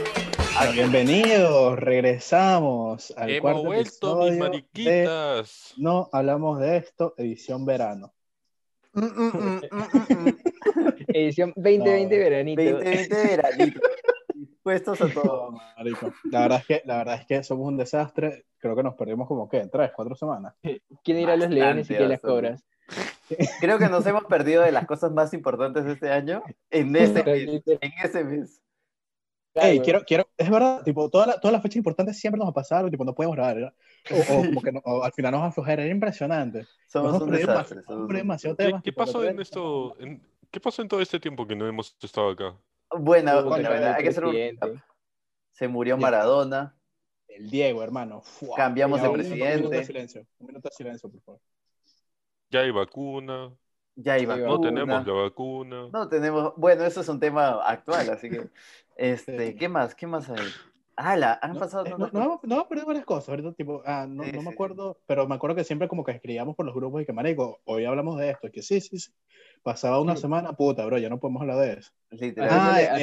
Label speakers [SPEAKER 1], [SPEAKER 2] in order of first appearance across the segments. [SPEAKER 1] Bueno, bienvenidos, regresamos al
[SPEAKER 2] Hemos
[SPEAKER 1] cuarto
[SPEAKER 2] vuelto, mis
[SPEAKER 1] episodio de
[SPEAKER 2] mariquitas.
[SPEAKER 1] No hablamos de esto, edición verano.
[SPEAKER 3] Mm, mm, mm, mm, mm, mm.
[SPEAKER 4] Edición 2020
[SPEAKER 1] No,
[SPEAKER 4] veranito. Eh,
[SPEAKER 3] 2020 veranito. Dispuestos a todo.
[SPEAKER 1] Marico, La verdad es que la verdad es que somos un desastre. Creo que nos perdimos como que tres, cuatro semanas.
[SPEAKER 4] ¿Quién irá a los
[SPEAKER 3] Bastante,
[SPEAKER 4] leones y quién las
[SPEAKER 3] bastante.
[SPEAKER 4] cobras?
[SPEAKER 3] Creo que nos hemos perdido de las cosas más importantes de este año en ese mes. En ese mes.
[SPEAKER 1] Ey, quiero, quiero, es verdad, tipo, toda la- todas las fechas importantes siempre nos ha pasado, tipo, no podemos grabar, ¿verdad? O, o como que no- o al final nos va a aflojar, era impresionante.
[SPEAKER 3] Somos
[SPEAKER 1] Nos
[SPEAKER 3] un
[SPEAKER 1] hemos perdido
[SPEAKER 3] desastre.
[SPEAKER 1] demasiado-
[SPEAKER 3] somos
[SPEAKER 1] hemos
[SPEAKER 3] un-
[SPEAKER 1] perdido demasiado
[SPEAKER 2] ¿Qué,
[SPEAKER 1] temas,
[SPEAKER 2] qué
[SPEAKER 1] tipo, lo
[SPEAKER 2] pasó
[SPEAKER 1] que-
[SPEAKER 2] en esto? en- ¿Qué pasó en todo este tiempo que no hemos estado acá?
[SPEAKER 4] Puta,
[SPEAKER 3] Bueno, bueno,
[SPEAKER 4] el
[SPEAKER 3] bueno, hay que hacer un
[SPEAKER 4] presidente.
[SPEAKER 3] recap. Se murió Maradona.
[SPEAKER 1] El Diego, hermano. Fua.
[SPEAKER 3] Cambiamos
[SPEAKER 1] Ya,
[SPEAKER 4] de
[SPEAKER 1] un minuto- Un minuto de
[SPEAKER 3] presidente.
[SPEAKER 1] silencio, un minuto de silencio, por favor.
[SPEAKER 2] Ya hay vacuna,
[SPEAKER 3] Ya iba.
[SPEAKER 4] No
[SPEAKER 2] no tenemos la vacuna.
[SPEAKER 3] No tenemos. Bueno, eso es un tema actual, así que. Este,
[SPEAKER 1] Sí.
[SPEAKER 3] ¿Qué más? ¿Qué más hay? Ala, han
[SPEAKER 1] No,
[SPEAKER 3] pasado
[SPEAKER 1] eh, no,
[SPEAKER 3] tantas
[SPEAKER 1] no,
[SPEAKER 3] cosas.
[SPEAKER 1] hemos- no hemos perdido varias cosas, ahorita tipo, ah, no,
[SPEAKER 3] Sí,
[SPEAKER 1] no
[SPEAKER 3] sí,
[SPEAKER 1] me
[SPEAKER 3] sí.
[SPEAKER 1] acuerdo, pero me acuerdo que siempre como que escribíamos por los grupos y que, marico, hoy hablamos de esto, y que sí, sí, sí. Pasaba una semana, puta, bro, ya no podemos hablar de eso.
[SPEAKER 3] Literal.
[SPEAKER 1] Ah,
[SPEAKER 4] Haciéndole-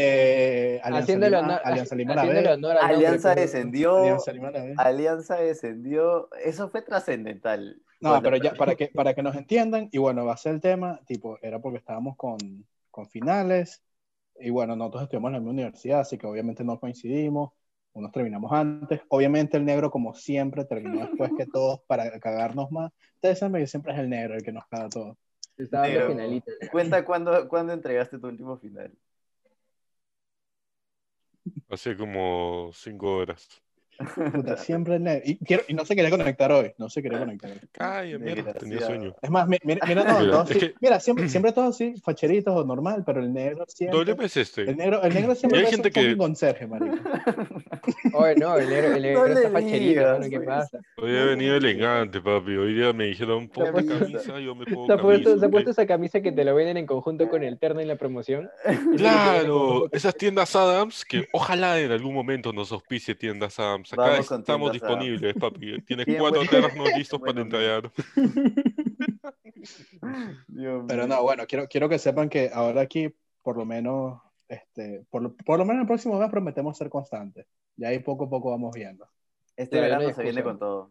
[SPEAKER 1] eh, Alianza
[SPEAKER 4] Haciéndole
[SPEAKER 1] Lima,
[SPEAKER 4] honor,
[SPEAKER 1] Alianza Lima la
[SPEAKER 4] haciéndole
[SPEAKER 1] ve,
[SPEAKER 4] honor al nombre,
[SPEAKER 3] Alianza
[SPEAKER 4] pero-
[SPEAKER 3] descendió.
[SPEAKER 1] Alianza Lima la ve.
[SPEAKER 3] Alianza descendió. Eso fue trascendental.
[SPEAKER 1] No,
[SPEAKER 3] Cuando
[SPEAKER 1] pero ya, para que, para que nos entiendan, y bueno, va a ser el tema, tipo, era porque estábamos con, con finales, y bueno, nosotros estudiamos en la misma universidad, así que obviamente no coincidimos, unos terminamos antes, obviamente el negro, como siempre, terminó después que todos para cagarnos más. Ustedes saben que siempre es el negro el que nos caga todo.
[SPEAKER 4] Estaba en la
[SPEAKER 3] Pero-
[SPEAKER 4] finalita.
[SPEAKER 3] Cuenta cuándo, cuándo entregaste tu último final.
[SPEAKER 2] Hace como cinco horas.
[SPEAKER 1] Puta, siempre el negro. Y, quiero, y no se quería conectar hoy, no se quería conectar hoy.
[SPEAKER 2] Calla, mierda, tenía
[SPEAKER 3] Desgraciado.
[SPEAKER 2] sueño.
[SPEAKER 1] Es más, mi- mira, mira, no,
[SPEAKER 2] Mira,
[SPEAKER 1] no,
[SPEAKER 2] es
[SPEAKER 1] sí,
[SPEAKER 2] que-
[SPEAKER 1] mira, siempre, siempre todos así, facheritos o normal, pero el negro siempre.
[SPEAKER 2] Doble es
[SPEAKER 1] El
[SPEAKER 2] este.
[SPEAKER 1] negro, el negro siempre
[SPEAKER 2] Y hay
[SPEAKER 1] parece
[SPEAKER 2] gente
[SPEAKER 1] un fucking
[SPEAKER 2] que-
[SPEAKER 1] conserje, marico.
[SPEAKER 4] Oye, no, el negro, el negro
[SPEAKER 3] No
[SPEAKER 4] está
[SPEAKER 3] le
[SPEAKER 4] facherito,
[SPEAKER 3] digas,
[SPEAKER 4] hermano, ¿qué
[SPEAKER 3] oye.
[SPEAKER 4] pasa?
[SPEAKER 2] Hoy he venido elegante, papi. Hoy día me dijeron,
[SPEAKER 4] Se ha
[SPEAKER 2] ponte
[SPEAKER 4] puesto-
[SPEAKER 2] camisa, yo me pongo
[SPEAKER 4] ¿Se ha, puesto,
[SPEAKER 2] camisa.
[SPEAKER 4] se ha
[SPEAKER 2] ¿ok?
[SPEAKER 4] puesto esa camisa que te la venden en conjunto con el terno en la promoción?
[SPEAKER 2] Claro, esas tiendas Adams que ojalá en algún momento nos auspicie tiendas Adams. Acá
[SPEAKER 3] Vamos con
[SPEAKER 2] estamos
[SPEAKER 3] tiendas Adams.
[SPEAKER 2] disponibles, papi. Tienes
[SPEAKER 3] Bien,
[SPEAKER 2] cuatro
[SPEAKER 3] bueno.
[SPEAKER 2] ternos listos para
[SPEAKER 3] Bueno,
[SPEAKER 2] entregar.
[SPEAKER 3] Dios
[SPEAKER 1] Pero
[SPEAKER 3] mío.
[SPEAKER 1] no, bueno, quiero, quiero que sepan que ahora aquí, por lo menos, este, por, lo- por lo menos el próximo mes prometemos ser constantes. Y ahí poco a poco vamos viendo.
[SPEAKER 3] Este
[SPEAKER 4] Este verano
[SPEAKER 3] verano
[SPEAKER 4] hay
[SPEAKER 3] se viene
[SPEAKER 4] excusa.
[SPEAKER 3] con todo.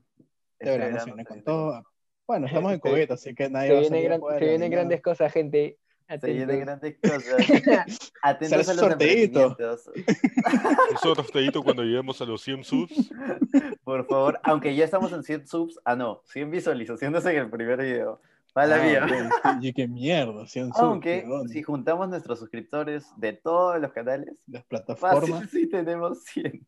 [SPEAKER 1] Este verano se viene con todo. Bueno, estamos en
[SPEAKER 4] Se-
[SPEAKER 1] COVID, así que nadie
[SPEAKER 4] Se
[SPEAKER 1] va a
[SPEAKER 4] vienen,
[SPEAKER 1] salir
[SPEAKER 4] gran-
[SPEAKER 1] afuera
[SPEAKER 4] se
[SPEAKER 1] ni
[SPEAKER 4] vienen
[SPEAKER 1] nada.
[SPEAKER 4] grandes cosas, gente.
[SPEAKER 3] Se vienen
[SPEAKER 4] Atentos.
[SPEAKER 3] grandes cosas. Atentos
[SPEAKER 1] Sale
[SPEAKER 3] a los
[SPEAKER 1] sorteíto.
[SPEAKER 3] emprendimientos.
[SPEAKER 2] Nosotros, Teito, cuando lleguemos a los 100 subs,
[SPEAKER 3] Por favor, aunque ya estamos en 100 subs. Ah, no, 100 visualizaciones en el primer video. Mala
[SPEAKER 1] Ah,
[SPEAKER 3] mía.
[SPEAKER 1] ok, Y qué mierda, 100 subs,
[SPEAKER 3] Aunque
[SPEAKER 1] huevón.
[SPEAKER 3] si juntamos nuestros suscriptores de todos los canales,
[SPEAKER 1] Las
[SPEAKER 3] fácil
[SPEAKER 1] plataformas.
[SPEAKER 3] sí tenemos 100.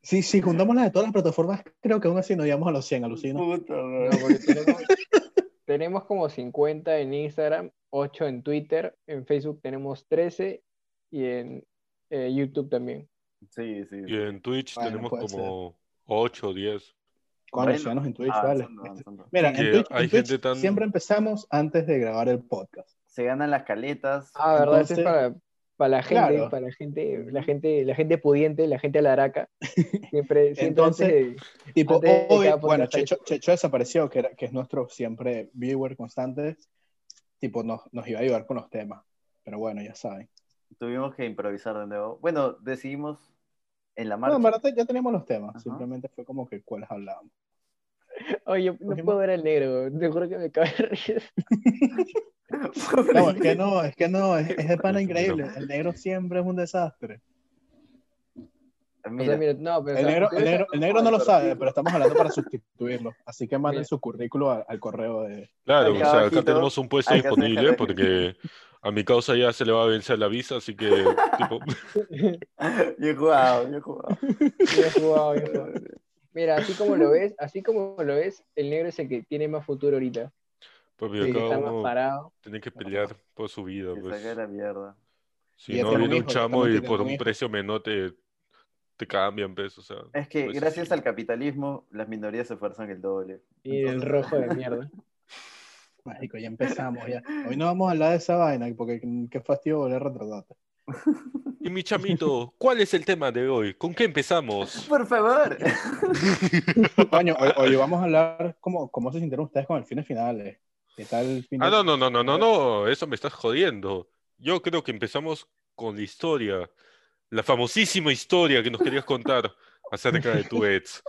[SPEAKER 1] Sí, sí, juntamos las de todas las plataformas, creo que aún así nos llegamos a los 100, alucino.
[SPEAKER 3] Puta,
[SPEAKER 4] No,
[SPEAKER 3] bro.
[SPEAKER 4] porque tenemos, tenemos como 50 en Instagram, 8 en Twitter, en Facebook tenemos 13 y en eh, YouTube también.
[SPEAKER 3] Sí, sí.
[SPEAKER 2] y en Twitch
[SPEAKER 1] Bueno,
[SPEAKER 2] tenemos
[SPEAKER 1] puede
[SPEAKER 2] como 8 o 10.
[SPEAKER 1] Cuando
[SPEAKER 3] Bueno,
[SPEAKER 1] en Twitch, vale. Este,
[SPEAKER 3] Avanzando, avanzando.
[SPEAKER 1] Mira,
[SPEAKER 2] Que
[SPEAKER 1] en Twitch, en
[SPEAKER 2] hay
[SPEAKER 1] Twitch
[SPEAKER 2] gente tan-
[SPEAKER 1] siempre empezamos antes de grabar el podcast.
[SPEAKER 3] Se ganan las caletas.
[SPEAKER 4] Ah, verdad, Ese es
[SPEAKER 1] Entonces-
[SPEAKER 4] para, para la gente,
[SPEAKER 1] Este Claro.
[SPEAKER 4] para la gente, la gente, la gente pudiente, la gente alaraca. Siempre, siempre
[SPEAKER 1] Entonces,
[SPEAKER 4] antes de-
[SPEAKER 1] Tipo,
[SPEAKER 4] Antes de
[SPEAKER 1] hoy,
[SPEAKER 4] cada
[SPEAKER 1] bueno,
[SPEAKER 4] podcast hay-
[SPEAKER 1] Checho, Checho desapareció, que, era, que es nuestro siempre viewer constante. Tipo, nos, nos iba a ayudar con los temas. Pero bueno, ya saben.
[SPEAKER 3] Tuvimos que improvisar de nuevo. Bueno, decidimos en la
[SPEAKER 1] No,
[SPEAKER 3] marcha.
[SPEAKER 1] en verdad ya teníamos los temas.
[SPEAKER 3] Ajá.
[SPEAKER 1] Simplemente fue como que cuáles hablábamos.
[SPEAKER 4] Oye, no
[SPEAKER 1] Ujú.
[SPEAKER 4] puedo ver al negro, te juro que me cae risa.
[SPEAKER 1] No, es que no, es que no, es, es de pana
[SPEAKER 2] Pobrecito.
[SPEAKER 1] increíble. El negro siempre es un desastre.
[SPEAKER 4] O
[SPEAKER 3] Mira,
[SPEAKER 4] sea, mira, no, pero, o
[SPEAKER 1] El
[SPEAKER 4] sea,
[SPEAKER 1] negro, el
[SPEAKER 4] ustedes-
[SPEAKER 1] negro, el negro no lo sabe, pero estamos hablando para sustituirlo. Así que manden
[SPEAKER 4] Mira.
[SPEAKER 1] su currículo a- al correo de.
[SPEAKER 2] Claro,
[SPEAKER 3] Acá
[SPEAKER 2] o sea,
[SPEAKER 3] abajito,
[SPEAKER 2] acá tenemos un puesto
[SPEAKER 3] acá se
[SPEAKER 2] disponible
[SPEAKER 3] deja-
[SPEAKER 2] porque a mi causa ya se le va a vencer la visa, así que, tipo,
[SPEAKER 3] yo he jugado, yo he jugado.
[SPEAKER 4] Yo he jugado, yo he jugado. Mira, así como lo ves, así como lo ves, el negro es el que tiene más futuro ahorita.
[SPEAKER 2] papi,
[SPEAKER 4] El que
[SPEAKER 2] acá
[SPEAKER 4] está más
[SPEAKER 2] pues uno
[SPEAKER 4] parado.
[SPEAKER 2] tiene que pelear por su vida,
[SPEAKER 3] Que
[SPEAKER 2] pues.
[SPEAKER 3] saca la mierda.
[SPEAKER 2] Si
[SPEAKER 1] Y ya
[SPEAKER 2] no
[SPEAKER 1] tiene un
[SPEAKER 2] viene un
[SPEAKER 1] hijo,
[SPEAKER 2] chamo
[SPEAKER 1] exactamente,
[SPEAKER 2] y
[SPEAKER 1] tiene
[SPEAKER 2] por
[SPEAKER 1] un
[SPEAKER 2] un
[SPEAKER 1] hijo.
[SPEAKER 2] precio menor te, te cambian, pues, o sea.
[SPEAKER 3] Es que
[SPEAKER 2] pues,
[SPEAKER 3] gracias
[SPEAKER 2] sí.
[SPEAKER 3] al capitalismo, las minorías se esfuerzan el doble.
[SPEAKER 4] Y el rojo de mierda.
[SPEAKER 1] Mágico, ya empezamos. Ya. Hoy no vamos a hablar de esa vaina, porque qué fastidio volver a retrasarte.
[SPEAKER 2] Y mi chamito, ¿cuál es el tema de hoy? ¿Con qué empezamos?
[SPEAKER 3] Por favor.
[SPEAKER 1] Coño,
[SPEAKER 2] Ah,
[SPEAKER 1] hoy, hoy vamos a hablar cómo, cómo se sintieron ustedes con el fin de finales. ¿Qué tal el fin
[SPEAKER 2] Ah,
[SPEAKER 1] de-
[SPEAKER 2] no, no, no, no, no, no, eso me estás jodiendo. Yo creo que empezamos con la historia la famosísima historia que nos querías contar acerca de tu ex.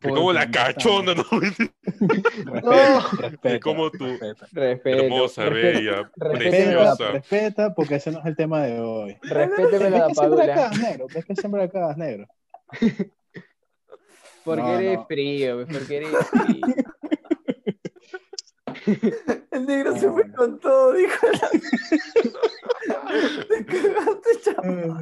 [SPEAKER 2] De cómo la cachona, ¿no?
[SPEAKER 1] Respeta, respeta,
[SPEAKER 2] De cómo tú-
[SPEAKER 1] respeta.
[SPEAKER 4] Respeto.
[SPEAKER 2] Hermosa, bella,
[SPEAKER 4] Respeta.
[SPEAKER 1] Respeta,
[SPEAKER 2] preciosa.
[SPEAKER 1] respeta, porque ese no es el tema de hoy.
[SPEAKER 4] Respéteme
[SPEAKER 1] ¿Ves
[SPEAKER 4] la
[SPEAKER 1] que siempre la
[SPEAKER 4] padula.
[SPEAKER 1] cagas, negro? ¿Ves que siempre la cagas, negro?
[SPEAKER 4] Porque
[SPEAKER 1] No,
[SPEAKER 4] eres
[SPEAKER 1] no.
[SPEAKER 4] frío, porque eres frío.
[SPEAKER 3] El negro
[SPEAKER 1] No,
[SPEAKER 3] se fue
[SPEAKER 1] bueno.
[SPEAKER 3] con todo, dijo. la- Te cagaste, chamo.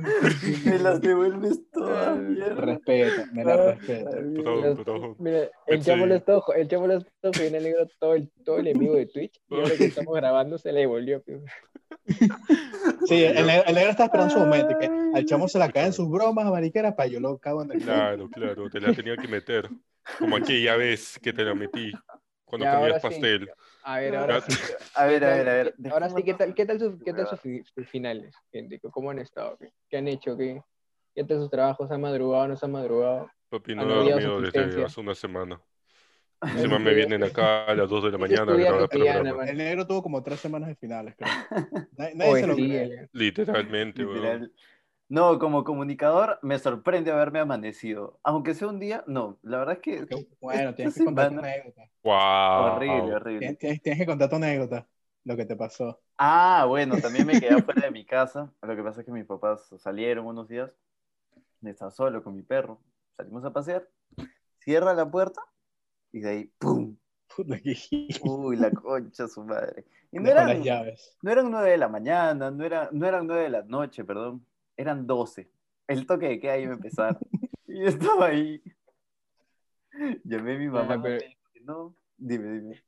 [SPEAKER 3] Me las devuelves toda mierda.
[SPEAKER 1] Respeta, me
[SPEAKER 3] Ah,
[SPEAKER 1] la respeto.
[SPEAKER 2] Perdón, perdón.
[SPEAKER 4] Mira, el
[SPEAKER 2] Sí.
[SPEAKER 4] chamo lo estojo, el chamo lo estojo y en el negro todo el, todo el enemigo de Twitch. Y ahora que estamos grabando se le devolvió. pues.
[SPEAKER 1] Sí, el, negro- el negro está esperando su momento. y Que
[SPEAKER 3] Ay.
[SPEAKER 1] al chamo se la caen sus bromas mariqueras para yo lo cago en el
[SPEAKER 2] Claro, claro, te la tenía que meter. Como aquella vez que te la metí cuando
[SPEAKER 4] Ya, ahora
[SPEAKER 2] comías
[SPEAKER 4] sí.
[SPEAKER 2] pastel.
[SPEAKER 4] A ver, ahora sí.
[SPEAKER 3] A ver, a ver, a ver.
[SPEAKER 4] Ahora sí, ¿qué tal, qué tal, sus,
[SPEAKER 3] su
[SPEAKER 4] qué tal sus, fi- sus finales, gente? ¿Cómo han estado? ¿Qué, qué han hecho? ¿Qué, ¿Qué tal sus trabajos? ¿Han madrugado? ¿No se han madrugado?
[SPEAKER 2] Papi, no
[SPEAKER 4] Ah,
[SPEAKER 2] he
[SPEAKER 4] no, ya
[SPEAKER 2] dormido
[SPEAKER 4] su
[SPEAKER 2] desde
[SPEAKER 4] asistencia.
[SPEAKER 2] hace una semana.
[SPEAKER 4] ¿Han
[SPEAKER 2] Encima me
[SPEAKER 4] estudiado?
[SPEAKER 2] vienen acá a las 2 de la
[SPEAKER 4] Eso
[SPEAKER 2] mañana a
[SPEAKER 4] estudia
[SPEAKER 2] grabar
[SPEAKER 4] cotidiana,
[SPEAKER 2] programa.
[SPEAKER 4] man.
[SPEAKER 1] El negro tuvo como tres semanas de finales, creo. Nadie, nadie
[SPEAKER 4] Oye,
[SPEAKER 1] se lo
[SPEAKER 4] sí,
[SPEAKER 1] cree.
[SPEAKER 4] el-
[SPEAKER 2] Literalmente, weón.
[SPEAKER 3] Literal. No, como comunicador me sorprende haberme amanecido. Aunque sea un día, no. La verdad es que
[SPEAKER 1] Porque, bueno, tienes
[SPEAKER 3] Esta
[SPEAKER 1] que contar tu
[SPEAKER 3] semana-
[SPEAKER 1] anécdota.
[SPEAKER 2] Wow.
[SPEAKER 3] horrible, horrible.
[SPEAKER 1] Tienes, tienes- tienes que contar tu anécdota, lo que te pasó.
[SPEAKER 3] Ah, bueno, también me quedé afuera de mi casa. Lo que pasa es que mis papás salieron unos días. Me estaba solo con mi perro. Salimos a pasear. Cierra la puerta y de ahí, ¡pum!
[SPEAKER 1] Puta, que-
[SPEAKER 3] Uy, la concha de su madre. Y no
[SPEAKER 1] Dejó las
[SPEAKER 3] eran,
[SPEAKER 1] llaves.
[SPEAKER 3] no eran 9 de la mañana, no, era, no eran 9 de la noche, perdón. Eran 12. El toque de queda iba a empezar. Y yo estaba ahí. Llamé a mi mamá.
[SPEAKER 4] Ah, pero-
[SPEAKER 3] No, dime, dime.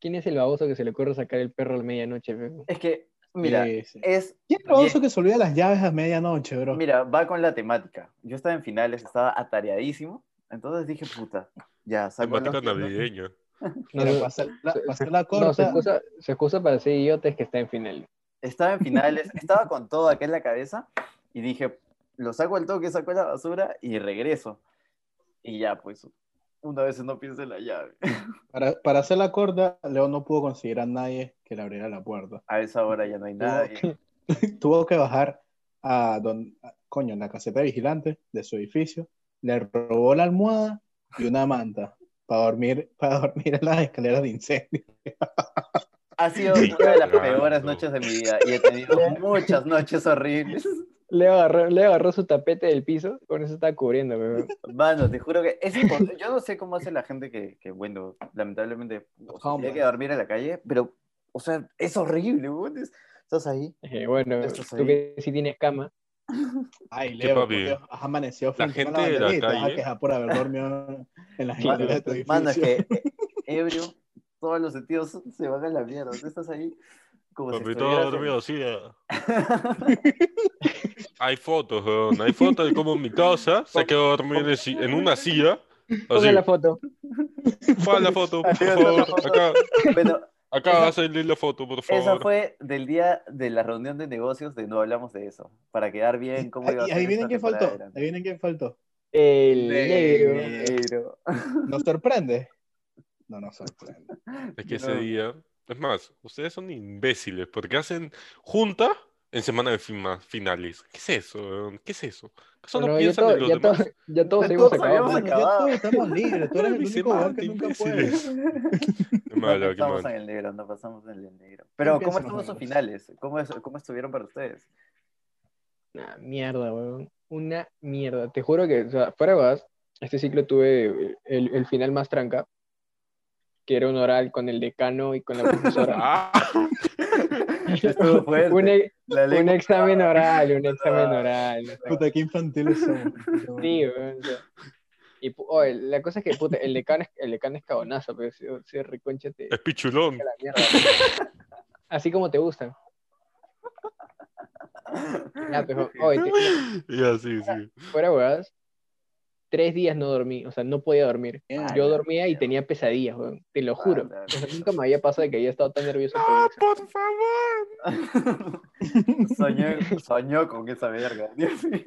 [SPEAKER 4] ¿Quién es el baboso que se le ocurre sacar el perro a la medianoche? pe?
[SPEAKER 3] Es que, mira,
[SPEAKER 1] Sí, sí.
[SPEAKER 3] es
[SPEAKER 1] ¿Quién probó
[SPEAKER 3] Oye.
[SPEAKER 1] eso que se olvida las llaves a medianoche, bro?
[SPEAKER 3] Mira, va con la temática. Yo estaba en finales, estaba atareadísimo. Entonces dije, puta, ya, saco los-
[SPEAKER 2] Temática navideña.
[SPEAKER 4] No,
[SPEAKER 1] Pero
[SPEAKER 4] no,
[SPEAKER 1] para hacerla-
[SPEAKER 4] se-
[SPEAKER 1] para hacerla
[SPEAKER 4] no, se
[SPEAKER 1] corta,
[SPEAKER 4] excusa, se excusa para ser idiota es que está en final.
[SPEAKER 3] Estaba en finales, estaba con todo acá en la cabeza. Y dije, lo saco al toque, saco la basura y regreso. Y ya, pues, una vez no piensa en la llave.
[SPEAKER 1] para, para hacerla corta, León no pudo conseguir a nadie que le abriera la puerta.
[SPEAKER 3] A esa hora ya no hay nadie.
[SPEAKER 1] Tuvo que bajar a don, a- coño, en la caseta de vigilante de su edificio, le robó la almohada y una manta para dormir, para dormir en las escaleras de incendio.
[SPEAKER 3] Ha sido una de las
[SPEAKER 2] Claro.
[SPEAKER 3] peores noches de mi vida. Y he tenido muchas noches horribles.
[SPEAKER 4] Le agarró, le agarró su tapete del piso, con eso está cubriendo. pe.
[SPEAKER 3] Mano, te juro que es impos- Yo no sé cómo hace la gente que, que, bueno, lamentablemente o sea, tiene que dormir en la calle, pero, o sea, es horrible, weón. es- Estás ahí.
[SPEAKER 4] Eh, bueno,
[SPEAKER 3] Esto es
[SPEAKER 4] tú que si tienes cama.
[SPEAKER 1] Ay,
[SPEAKER 2] Qué
[SPEAKER 1] Leo, por
[SPEAKER 2] papi.
[SPEAKER 1] Dios, has amanecido
[SPEAKER 2] La
[SPEAKER 1] frente a
[SPEAKER 2] gente de la
[SPEAKER 1] banderita, vas a
[SPEAKER 2] calle.
[SPEAKER 1] quejar por haber dormido en las
[SPEAKER 3] Mano,
[SPEAKER 1] escaleras de tu edificio.
[SPEAKER 3] mano, es que eh, ebrio, todos los sentidos se van a la mierda. Tú estás ahí como si
[SPEAKER 2] Papi,
[SPEAKER 3] estuvieras
[SPEAKER 2] todo
[SPEAKER 3] en-
[SPEAKER 2] dormido, sí. ah. Hay fotos, weón. Hay fotos de cómo en mi casa se quedó dormido en el si- en una silla.
[SPEAKER 4] Ponga
[SPEAKER 2] Así,
[SPEAKER 4] la foto.
[SPEAKER 2] fa la foto, por
[SPEAKER 3] Ahí está la
[SPEAKER 2] favor.
[SPEAKER 3] foto.
[SPEAKER 2] Acá,
[SPEAKER 3] Bueno,
[SPEAKER 2] acá
[SPEAKER 3] Esa-
[SPEAKER 2] va a salir la foto, por
[SPEAKER 3] esa
[SPEAKER 2] favor.
[SPEAKER 3] fue del día de la reunión de negocios de no hablamos de eso. Para quedar bien cómo iba a
[SPEAKER 1] Y
[SPEAKER 3] ser.
[SPEAKER 1] adivinen
[SPEAKER 3] esta
[SPEAKER 1] quién
[SPEAKER 3] temporada
[SPEAKER 1] faltó,
[SPEAKER 3] de verano.
[SPEAKER 1] adivinen quién faltó.
[SPEAKER 4] El negro.
[SPEAKER 3] Negro.
[SPEAKER 1] ¿Nos sorprende? No nos sorprende.
[SPEAKER 2] Es que ese
[SPEAKER 3] No.
[SPEAKER 2] día. Es más, ustedes son imbéciles porque hacen junta en semana de fima- finales. ¿Qué es eso? weón? ¿Qué es eso? ¿Solo
[SPEAKER 4] Bueno, ya,
[SPEAKER 2] piensan
[SPEAKER 4] todo-
[SPEAKER 2] en los
[SPEAKER 4] ya
[SPEAKER 2] demás?
[SPEAKER 4] todo- ya todos
[SPEAKER 3] Ya
[SPEAKER 4] seguimos
[SPEAKER 3] todos
[SPEAKER 4] acabados.
[SPEAKER 3] habíamos
[SPEAKER 1] Mano, ya
[SPEAKER 3] acabado.
[SPEAKER 1] todos estamos libres, tú eres el
[SPEAKER 2] Ay,
[SPEAKER 1] único
[SPEAKER 2] semana
[SPEAKER 1] weón
[SPEAKER 2] de
[SPEAKER 1] que nunca puede.
[SPEAKER 2] imbéciles. Qué
[SPEAKER 3] No
[SPEAKER 2] mala, qué
[SPEAKER 3] pensamos
[SPEAKER 2] mala.
[SPEAKER 3] en el negro, no pasamos en el negro. Pero,
[SPEAKER 1] piensa
[SPEAKER 3] ¿cómo
[SPEAKER 1] en los
[SPEAKER 3] estuvo sus
[SPEAKER 1] negros?
[SPEAKER 3] finales? ¿Cómo, es- ¿Cómo estuvieron para ustedes?
[SPEAKER 4] Una mierda, weón. Una mierda. Te juro que, o sea, fuera vas, este ciclo tuve el, el final más tranca, que era un oral con el decano y con la profesora.
[SPEAKER 2] Ah,
[SPEAKER 3] Ah, Estuvo fuerte.
[SPEAKER 4] un, e-
[SPEAKER 3] La
[SPEAKER 4] un
[SPEAKER 3] lengua-
[SPEAKER 4] examen oral, un examen oral.
[SPEAKER 1] Puta, qué infantiles somos.
[SPEAKER 4] Sí, weón, o sea. Y pu- oye, la cosa es que, puta, el decano es, el decano es cabonazo, pero si, si reconchate
[SPEAKER 2] es pichulón.
[SPEAKER 4] la mierda. weón. Así como te gustan. Ya, pero, oye, te-
[SPEAKER 2] Ya, sí, sí.
[SPEAKER 4] fuera huevadas, tres días no dormí, o sea, no podía dormir.
[SPEAKER 1] Mierda.
[SPEAKER 4] Yo dormía y tenía pesadillas, weón, te lo juro.
[SPEAKER 3] Anda,
[SPEAKER 4] O sea, nunca me había pasado de que había estado tan nervioso. por
[SPEAKER 2] Por
[SPEAKER 4] un examen.
[SPEAKER 2] favor.
[SPEAKER 3] soñó, soñó con esa verga. Dios mío.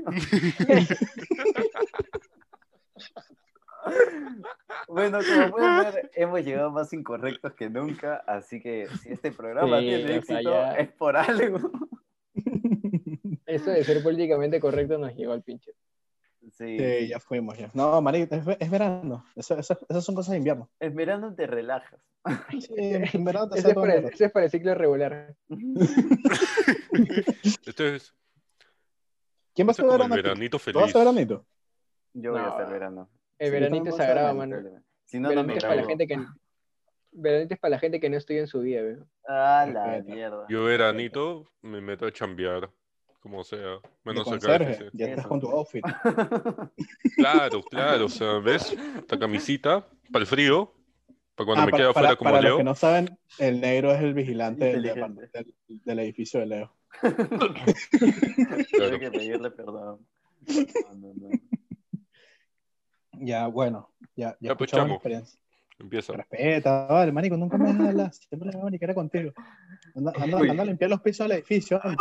[SPEAKER 3] Bueno, como pueden ver, hemos llegado más incorrectos que nunca, así que si este programa
[SPEAKER 4] Sí,
[SPEAKER 3] tiene
[SPEAKER 4] o sea,
[SPEAKER 3] éxito
[SPEAKER 4] ya.
[SPEAKER 3] es por algo.
[SPEAKER 4] Eso de ser políticamente correcto nos llegó al pinche.
[SPEAKER 3] Sí.
[SPEAKER 1] Sí, ya fuimos. Ya. No, marico, es, ve- es verano. Eso- eso- esas son cosas de invierno.
[SPEAKER 3] En verano te relajas.
[SPEAKER 1] Sí, en verano te
[SPEAKER 4] Ese es,
[SPEAKER 1] saco
[SPEAKER 4] para el,
[SPEAKER 1] mierda.
[SPEAKER 4] ese es para el ciclo regular.
[SPEAKER 2] Esto es,
[SPEAKER 1] ¿Quién va a
[SPEAKER 2] esto
[SPEAKER 1] ser
[SPEAKER 2] es como el
[SPEAKER 1] verano? aquí?
[SPEAKER 2] veranito
[SPEAKER 1] ¿Tú vas a
[SPEAKER 2] feliz.
[SPEAKER 1] ser veranito?
[SPEAKER 3] Yo voy a
[SPEAKER 4] No.
[SPEAKER 3] hacer verano.
[SPEAKER 4] El
[SPEAKER 1] Sí,
[SPEAKER 4] veranito
[SPEAKER 1] estamos
[SPEAKER 4] es sagrado,
[SPEAKER 1] hablando,
[SPEAKER 4] mano.
[SPEAKER 3] Si no, no
[SPEAKER 4] veranito
[SPEAKER 3] me
[SPEAKER 4] es para la
[SPEAKER 3] grabo.
[SPEAKER 4] gente que veranito es para la gente que no estudia en su vida, weón.
[SPEAKER 3] Ah, la
[SPEAKER 1] Respeta.
[SPEAKER 3] mierda.
[SPEAKER 2] Yo veranito me meto a chambear, como sea. Menos
[SPEAKER 1] De
[SPEAKER 2] acá.
[SPEAKER 1] conserje.
[SPEAKER 2] sí.
[SPEAKER 1] Ya estás con tu outfit.
[SPEAKER 2] Claro, claro, o sea, ¿ves? Esta camisita, para el frío, para cuando
[SPEAKER 1] Ah,
[SPEAKER 2] me
[SPEAKER 1] para-
[SPEAKER 2] quede afuera
[SPEAKER 1] para-
[SPEAKER 2] como
[SPEAKER 1] para
[SPEAKER 2] Leo.
[SPEAKER 1] los que no saben, el negro es el vigilante del,
[SPEAKER 3] Inteligente.
[SPEAKER 1] del- del edificio de Leo.
[SPEAKER 3] Tengo que pedirle perdón. No, no, no.
[SPEAKER 1] Ya, bueno, ya, ya
[SPEAKER 2] Ya, pues,
[SPEAKER 1] escuchamos
[SPEAKER 2] chamo.
[SPEAKER 1] la experiencia.
[SPEAKER 2] Empieza.
[SPEAKER 1] Respeta, vale, marico, nunca me hablas. Siempre me voy a niquear contigo. Anda, anda,
[SPEAKER 3] Uy.
[SPEAKER 1] anda a limpiar los pisos del edificio. anda.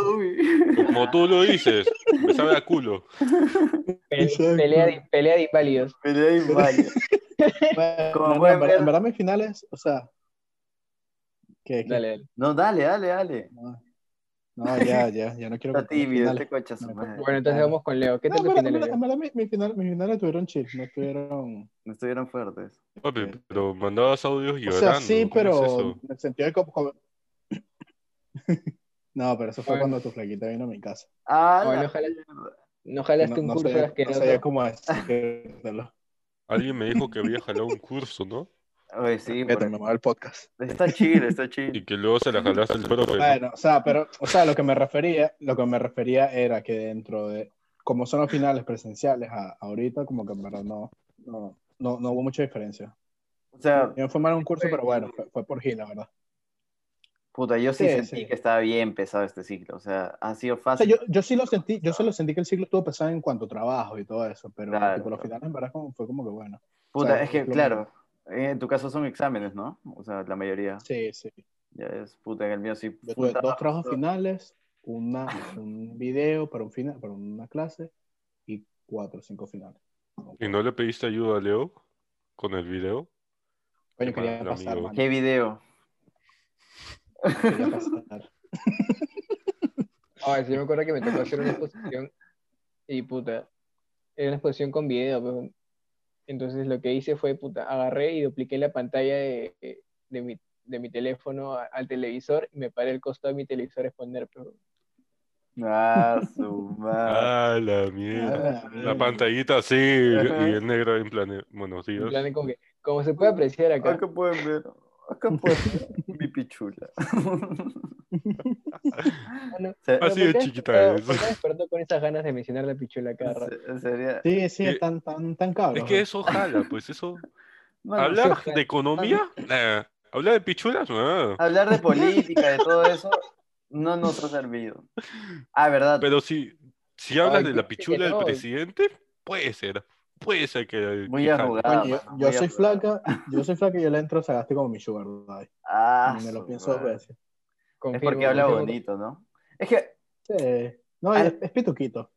[SPEAKER 2] Como tú lo dices, me sabe a culo.
[SPEAKER 4] Pe-
[SPEAKER 1] Exacto.
[SPEAKER 4] Pelea de, pelea de inválidos.
[SPEAKER 3] Pero hay varios.
[SPEAKER 1] Bueno,
[SPEAKER 3] Como
[SPEAKER 1] no,
[SPEAKER 3] pueden
[SPEAKER 1] en, verdad,
[SPEAKER 3] ver-
[SPEAKER 1] en verdad mis finales, o sea... que- que-
[SPEAKER 4] Dale, dale.
[SPEAKER 3] No, dale, dale, dale.
[SPEAKER 1] No, ya, ya, ya no quiero
[SPEAKER 3] Está
[SPEAKER 1] contar mis
[SPEAKER 3] tímido, este
[SPEAKER 1] finales.
[SPEAKER 3] coche a su madre.
[SPEAKER 4] Bueno, entonces
[SPEAKER 1] Dale.
[SPEAKER 4] vamos con Leo. ¿Qué
[SPEAKER 1] No, en
[SPEAKER 4] tal tu
[SPEAKER 1] verdad,
[SPEAKER 4] final,
[SPEAKER 1] en verdad,
[SPEAKER 4] Leo?
[SPEAKER 1] en verdad, mis, mis finales, mis finales tuvieron chill, no estuvieron...
[SPEAKER 3] No estuvieron fuertes.
[SPEAKER 2] Papi, pero mandabas audios
[SPEAKER 1] O
[SPEAKER 2] llorando.
[SPEAKER 1] sea, sí,
[SPEAKER 2] ¿cómo es
[SPEAKER 1] pero
[SPEAKER 2] eso?
[SPEAKER 1] en el sentido de como... como- no, pero eso fue
[SPEAKER 4] Bueno.
[SPEAKER 1] cuando tu flaquita vino a mi casa.
[SPEAKER 3] Ah,
[SPEAKER 4] Bueno,
[SPEAKER 3] la
[SPEAKER 4] ojalá-
[SPEAKER 3] mierda.
[SPEAKER 4] No jalaste
[SPEAKER 1] No-
[SPEAKER 4] un
[SPEAKER 1] no
[SPEAKER 4] curso
[SPEAKER 1] sabía-
[SPEAKER 4] asqueroso.
[SPEAKER 1] No sabía cómo decírtelo.
[SPEAKER 2] Alguien me dijo que había jalado un curso, ¿no?
[SPEAKER 3] Oye, sí,
[SPEAKER 1] Vete,
[SPEAKER 3] por-
[SPEAKER 1] me mueve el podcast.
[SPEAKER 3] está chill, está
[SPEAKER 2] Y
[SPEAKER 3] chill.
[SPEAKER 2] que luego se la jalaste al profe. ¿no?
[SPEAKER 1] Bueno, o sea, pero, o sea, lo que me refería, lo que me refería era que dentro de, como son los finales presenciales a, ahorita, como que en verdad no, no, no, no hubo mucha diferencia.
[SPEAKER 3] O sea,
[SPEAKER 1] Yo me fue mal en un curso, pero bueno, fue, fue por gila, ¿verdad?
[SPEAKER 3] puta, yo sí,
[SPEAKER 1] Sí,
[SPEAKER 3] sentí
[SPEAKER 1] sí.
[SPEAKER 3] que estaba bien pesado este ciclo. O sea, ha sido
[SPEAKER 1] O sea,
[SPEAKER 3] fácil.
[SPEAKER 1] yo, yo sí lo sentí, yo solo sentí que el ciclo estuvo pesado en cuanto a trabajo y todo eso, pero
[SPEAKER 3] Claro,
[SPEAKER 1] tipo, los
[SPEAKER 3] claro.
[SPEAKER 1] finales en verdad como- fue como que bueno.
[SPEAKER 3] Puta,
[SPEAKER 1] o sea,
[SPEAKER 3] es
[SPEAKER 1] yo-
[SPEAKER 3] que, claro, eh, en tu caso son exámenes, ¿no? O sea, la mayoría.
[SPEAKER 1] Sí, sí.
[SPEAKER 3] Ya es, puta, en el mío sí.
[SPEAKER 1] Yo
[SPEAKER 3] fue
[SPEAKER 1] tuve
[SPEAKER 3] un
[SPEAKER 1] dos trabajos
[SPEAKER 3] todo.
[SPEAKER 1] finales, una, un video para, un final, para una clase y cuatro o cinco finales.
[SPEAKER 2] ¿Y no le pediste ayuda a Leo con el video?
[SPEAKER 1] Coño, quería
[SPEAKER 2] mal,
[SPEAKER 1] pasar,
[SPEAKER 2] amigo.
[SPEAKER 1] mano,
[SPEAKER 3] ¿Qué video?
[SPEAKER 1] quería pasar.
[SPEAKER 4] Ah, sí, yo me acuerdo que me tocó hacer una exposición y puta, era una exposición con video, pues. Entonces lo que hice fue, puta, agarré y dupliqué la pantalla de, de mi, de mi teléfono a- al televisor y me paré al costado de mi televisor a exponer, pues.
[SPEAKER 3] Ah, su madre.
[SPEAKER 2] Ah, la mierda.
[SPEAKER 1] Ah,
[SPEAKER 2] La pantallita así, y
[SPEAKER 3] Ajá.
[SPEAKER 2] el negro en plan, de, buenos
[SPEAKER 4] En
[SPEAKER 2] días.
[SPEAKER 4] plan, como que, como se puede apreciar acá,
[SPEAKER 3] Acá pueden ver, acá pueden ver mi pichula.
[SPEAKER 4] Bueno,
[SPEAKER 3] Se-
[SPEAKER 2] Así de
[SPEAKER 4] ¿por qué
[SPEAKER 2] chiquita
[SPEAKER 4] despertó-
[SPEAKER 2] es.
[SPEAKER 4] por qué despertó con esas ganas de mencionar la pichula cada rato?
[SPEAKER 3] se- sería-
[SPEAKER 1] Sí, sí,
[SPEAKER 2] Eh,
[SPEAKER 1] están tan, tan cabros.
[SPEAKER 2] Es que
[SPEAKER 1] ¿no?
[SPEAKER 2] eso jala, pues eso.
[SPEAKER 3] Bueno,
[SPEAKER 2] ¿Hablar
[SPEAKER 4] sí,
[SPEAKER 2] de economía? Nah. ¿Hablar de pichulas? Nah.
[SPEAKER 3] Hablar de política, de todo eso, no nos ha servido. Ah, ¿verdad?
[SPEAKER 2] Pero si, si hablas
[SPEAKER 4] Ay,
[SPEAKER 2] de
[SPEAKER 4] yo
[SPEAKER 2] la
[SPEAKER 4] sé que
[SPEAKER 2] pichula del
[SPEAKER 4] no.
[SPEAKER 2] presidente, puede ser. Puede ser que.
[SPEAKER 3] Muy
[SPEAKER 2] que jale.
[SPEAKER 3] arrogado.
[SPEAKER 1] Coño, yo, yo soy flaca, yo soy flaca y yo le entro sagaste como mi sugar daddy.
[SPEAKER 3] Ah,
[SPEAKER 1] Ni me lo
[SPEAKER 3] su
[SPEAKER 1] pienso dos
[SPEAKER 3] madre.
[SPEAKER 1] veces.
[SPEAKER 3] Es
[SPEAKER 4] Confirmo,
[SPEAKER 3] porque habla
[SPEAKER 4] confirmo.
[SPEAKER 3] bonito, ¿no? Es que.
[SPEAKER 1] Sí. No,
[SPEAKER 3] Ah.
[SPEAKER 1] es, es pituquito.
[SPEAKER 4] Oye,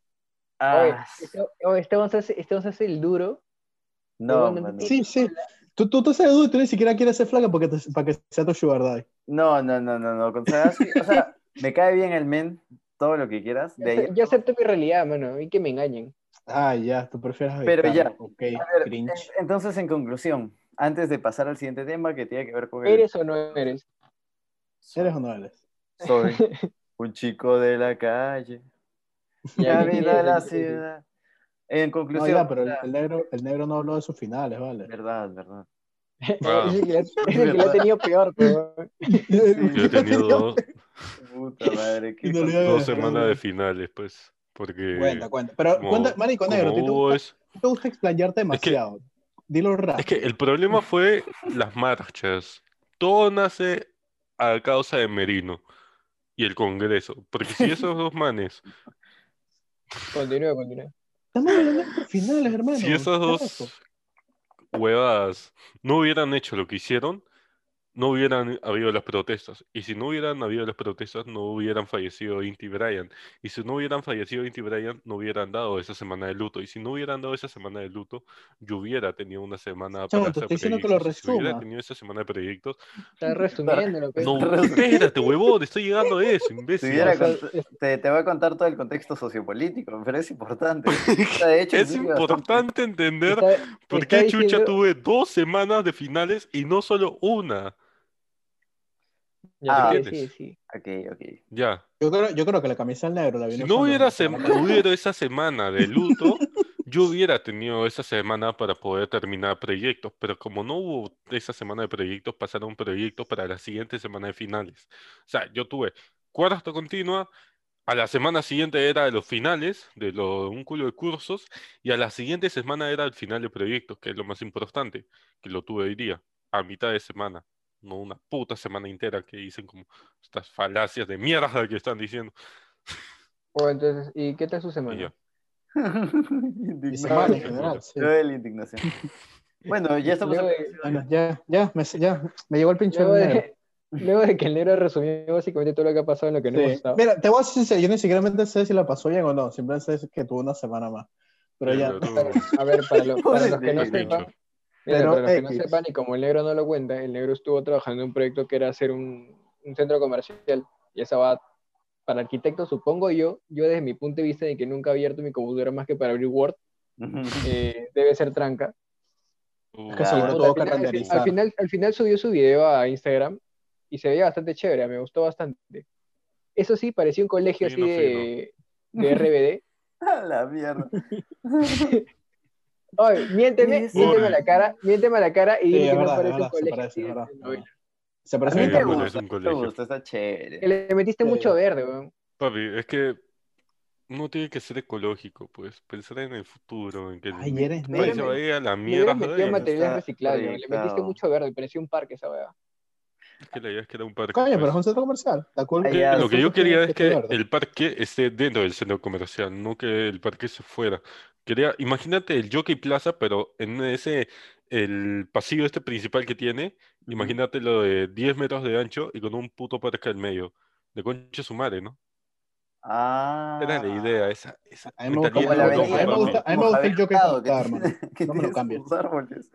[SPEAKER 3] Ah,
[SPEAKER 4] este- oye, este vamos a hacer- este vamos a hacer el duro.
[SPEAKER 3] no,
[SPEAKER 4] bueno,
[SPEAKER 3] mano.
[SPEAKER 1] Sí, sí. Tú, tú, tú seas dudo y tú ni siquiera quieres ser flaca porque te- para que sea tu sugar daddy.
[SPEAKER 3] no, no, no, no, no. Con Sagasti, o sea, me cae bien el men, todo lo que quieras.
[SPEAKER 4] Yo
[SPEAKER 3] de ahí-
[SPEAKER 4] ace- yo acepto mi realidad, mano, y que me engañen.
[SPEAKER 1] Ah, ya, tú prefieres
[SPEAKER 3] Pero
[SPEAKER 1] evitarlo.
[SPEAKER 3] ya.
[SPEAKER 1] Ok,
[SPEAKER 3] A ver, eh, en-
[SPEAKER 1] cringe.
[SPEAKER 3] entonces, en conclusión, antes de pasar al siguiente tema que tiene que ver con el.
[SPEAKER 4] ¿Eres o no eres?
[SPEAKER 1] ¿Eres o no eres?
[SPEAKER 3] Soy un chico de la calle,
[SPEAKER 4] Ya,
[SPEAKER 3] la
[SPEAKER 4] ¿qué
[SPEAKER 3] vida de
[SPEAKER 4] quieres
[SPEAKER 3] la
[SPEAKER 4] decir?
[SPEAKER 3] ciudad. En
[SPEAKER 1] No,
[SPEAKER 3] conclusión,
[SPEAKER 1] ya, pero el,
[SPEAKER 3] o sea,
[SPEAKER 1] el negro, el negro no habló de sus finales, ¿vale?
[SPEAKER 3] verdad, verdad.
[SPEAKER 2] Ah.
[SPEAKER 4] Es el que la- es el que la ha tenido peor, pero-
[SPEAKER 2] Yo he tenido dos,
[SPEAKER 3] Puta madre, qué
[SPEAKER 1] Y no le
[SPEAKER 3] cosa.
[SPEAKER 1] iba a
[SPEAKER 2] dos
[SPEAKER 1] Sí.
[SPEAKER 2] semanas de finales, pues. Porque.
[SPEAKER 1] Cuenta, cuenta. Pero
[SPEAKER 2] como-
[SPEAKER 1] cuenta, marico negro,
[SPEAKER 2] como
[SPEAKER 1] ¿tú te
[SPEAKER 2] hubo
[SPEAKER 1] gusta-
[SPEAKER 2] es-
[SPEAKER 1] tú te gusta explayarte demasiado. Dilo rápido.
[SPEAKER 2] Es que el problema fue las marchas. Todo nace a causa de Merino y el Congreso. Porque si esos dos manes,
[SPEAKER 4] Continúa, continúa.
[SPEAKER 1] Estamos hablando de finales, hermano.
[SPEAKER 2] si esas
[SPEAKER 1] ¿Qué
[SPEAKER 2] dos
[SPEAKER 1] pasó?
[SPEAKER 2] huevadas no hubieran hecho lo que hicieron, no hubieran habido las protestas. Y si no hubieran habido las protestas, no hubieran fallecido Inti Bryan. Y si no hubieran fallecido Inti Bryan, no hubieran dado esa semana de luto. Y si no hubieran dado esa semana de luto, yo hubiera tenido una semana
[SPEAKER 1] Chamo,
[SPEAKER 2] para
[SPEAKER 1] te
[SPEAKER 2] hacer
[SPEAKER 1] estoy diciendo que lo
[SPEAKER 2] proyectos. Si hubiera
[SPEAKER 1] resuma.
[SPEAKER 2] tenido esa semana de proyectos,
[SPEAKER 4] Estás resumiendo lo que es.
[SPEAKER 2] no, espérate, huevón, estoy llegando a eso,
[SPEAKER 3] Si
[SPEAKER 2] imbécil.
[SPEAKER 3] hubiera
[SPEAKER 4] o sea,
[SPEAKER 3] cont- te, te va a contar todo el contexto sociopolítico, pero es importante. O sea, de hecho,
[SPEAKER 2] Es
[SPEAKER 3] sí,
[SPEAKER 2] importante entender
[SPEAKER 4] Está-
[SPEAKER 2] por
[SPEAKER 4] está
[SPEAKER 2] qué Chucha
[SPEAKER 4] diciendo-
[SPEAKER 2] tuve dos semanas de finales y no solo una.
[SPEAKER 4] Ya,
[SPEAKER 3] Ah.
[SPEAKER 4] sí, sí,
[SPEAKER 2] ¿Entiendes?
[SPEAKER 4] sí.
[SPEAKER 3] bastante. Ok, ok.
[SPEAKER 2] Ya.
[SPEAKER 1] Yo creo, yo creo que la camisa del negro la
[SPEAKER 2] Si
[SPEAKER 1] viene
[SPEAKER 2] no
[SPEAKER 1] usando
[SPEAKER 2] hubiera,
[SPEAKER 1] desde
[SPEAKER 2] sem-
[SPEAKER 1] la semana
[SPEAKER 2] hubiera esa semana de luto, yo hubiera tenido esa semana para poder terminar proyectos, pero como no hubo esa semana de proyectos, pasaron proyectos para la siguiente semana de finales. O sea, yo tuve cuarto continua, a la semana siguiente era de los finales, de lo- un culo de cursos, y a la siguiente semana era el final de proyectos, que es lo más importante, que lo tuve hoy día, a mitad de semana. No una puta semana entera que dicen como estas falacias de mierda que están diciendo.
[SPEAKER 4] O entonces, ¿y qué tal su
[SPEAKER 2] Y ya.
[SPEAKER 4] semana?
[SPEAKER 1] Y semana en
[SPEAKER 3] Indignado.
[SPEAKER 1] general, sí.
[SPEAKER 3] Yo de la indignación. Bueno, ya estamos
[SPEAKER 4] Luego de-
[SPEAKER 1] Bueno, ya, ya, me, ya, me llegó el pinche
[SPEAKER 4] Luego
[SPEAKER 1] negro.
[SPEAKER 4] de, luego de que el negro resumió básicamente todo lo que ha pasado en lo que no
[SPEAKER 1] Sí.
[SPEAKER 4] hemos estado.
[SPEAKER 1] Mira, te voy a ser sincero, yo ni siquiera me sé si la pasó bien o no, simplemente sé que tuvo una semana más. Pero
[SPEAKER 2] Sí,
[SPEAKER 1] ya,
[SPEAKER 2] pero tú-
[SPEAKER 4] A ver, para, lo- para los que no
[SPEAKER 3] Pobrecito.
[SPEAKER 4] sepan, mira,
[SPEAKER 1] Pero
[SPEAKER 4] para los que no
[SPEAKER 1] X.
[SPEAKER 4] sepan, y como el negro no lo cuenta, el negro estuvo trabajando en un proyecto que era hacer un, un centro comercial. Y esa va para arquitectos, supongo yo, yo desde mi punto de vista de que nunca he abierto mi computadora más que para abrir Word, eh, debe ser tranca.
[SPEAKER 2] Uh,
[SPEAKER 1] que
[SPEAKER 3] Ah,
[SPEAKER 1] seguro
[SPEAKER 3] no,
[SPEAKER 1] tuvo que
[SPEAKER 4] al, final,
[SPEAKER 1] renderizar.
[SPEAKER 4] al final- al final subió su video a Instagram y se veía bastante chévere, me gustó bastante. Eso sí, parecía un colegio
[SPEAKER 2] Sí,
[SPEAKER 4] así
[SPEAKER 2] no,
[SPEAKER 4] de, de RBD.
[SPEAKER 3] A la mierda.
[SPEAKER 4] Oye, miénteme,
[SPEAKER 3] Sí,
[SPEAKER 4] miénteme
[SPEAKER 2] sí.
[SPEAKER 4] a la cara, miénteme a la cara y
[SPEAKER 1] Sí,
[SPEAKER 4] dime
[SPEAKER 1] es
[SPEAKER 4] que no
[SPEAKER 1] verdad,
[SPEAKER 4] parece
[SPEAKER 1] es
[SPEAKER 4] un
[SPEAKER 1] verdad, se
[SPEAKER 4] colegio
[SPEAKER 1] parece,
[SPEAKER 4] así
[SPEAKER 1] es
[SPEAKER 4] de
[SPEAKER 1] verdad.
[SPEAKER 4] novela.
[SPEAKER 1] se
[SPEAKER 3] A
[SPEAKER 1] parece
[SPEAKER 3] mí
[SPEAKER 1] un
[SPEAKER 3] me
[SPEAKER 2] bueno,
[SPEAKER 1] cambio.
[SPEAKER 3] gusta,
[SPEAKER 2] es un
[SPEAKER 3] me
[SPEAKER 2] colegio.
[SPEAKER 3] gusta, está
[SPEAKER 4] Que
[SPEAKER 3] chévere.
[SPEAKER 4] le metiste
[SPEAKER 1] Sí.
[SPEAKER 4] mucho verde, weón.
[SPEAKER 2] papi, es que no tiene que ser ecológico, pues. Pensar en el futuro, en que el
[SPEAKER 1] Ay,
[SPEAKER 2] mi-
[SPEAKER 1] eres
[SPEAKER 2] país se
[SPEAKER 1] negro.
[SPEAKER 2] va a ir a la
[SPEAKER 4] Le hubieras
[SPEAKER 2] mierda.
[SPEAKER 4] metido
[SPEAKER 2] y
[SPEAKER 4] materiales
[SPEAKER 3] está
[SPEAKER 4] reciclables, weón. le metiste
[SPEAKER 3] proyectado.
[SPEAKER 4] mucho verde, parecía un parque esa weá.
[SPEAKER 2] Es que la idea es que era un parque.
[SPEAKER 1] Coño, pero
[SPEAKER 2] pues.
[SPEAKER 1] es un centro comercial. La cool-
[SPEAKER 3] Ahí ya,
[SPEAKER 2] Lo que yo
[SPEAKER 1] Nosotros
[SPEAKER 2] quería
[SPEAKER 1] tenemos
[SPEAKER 2] es
[SPEAKER 1] estar
[SPEAKER 2] que
[SPEAKER 1] verde.
[SPEAKER 2] el parque esté dentro del centro comercial, no que el parque se fuera. Quería, imagínate el Jockey Plaza, pero en ese, el pasillo este principal que tiene, imagínate lo de 10 metros de ancho y con un puto parque al medio. De concha su madre, ¿no?
[SPEAKER 3] Ah.
[SPEAKER 2] Era la idea, esa, esa
[SPEAKER 1] A mí me gusta
[SPEAKER 2] mentalidad
[SPEAKER 1] Bien,
[SPEAKER 3] Como la
[SPEAKER 1] no,
[SPEAKER 2] de
[SPEAKER 1] a
[SPEAKER 3] avenida.
[SPEAKER 1] mí me
[SPEAKER 2] papi.
[SPEAKER 1] gusta- a mí me
[SPEAKER 3] como
[SPEAKER 1] gusta el
[SPEAKER 3] Javier
[SPEAKER 1] Joker
[SPEAKER 3] Prado, que
[SPEAKER 1] Fontana, hermano.
[SPEAKER 3] tiene- que
[SPEAKER 1] No me lo
[SPEAKER 3] tiene
[SPEAKER 1] cambies.
[SPEAKER 3] sus árboles.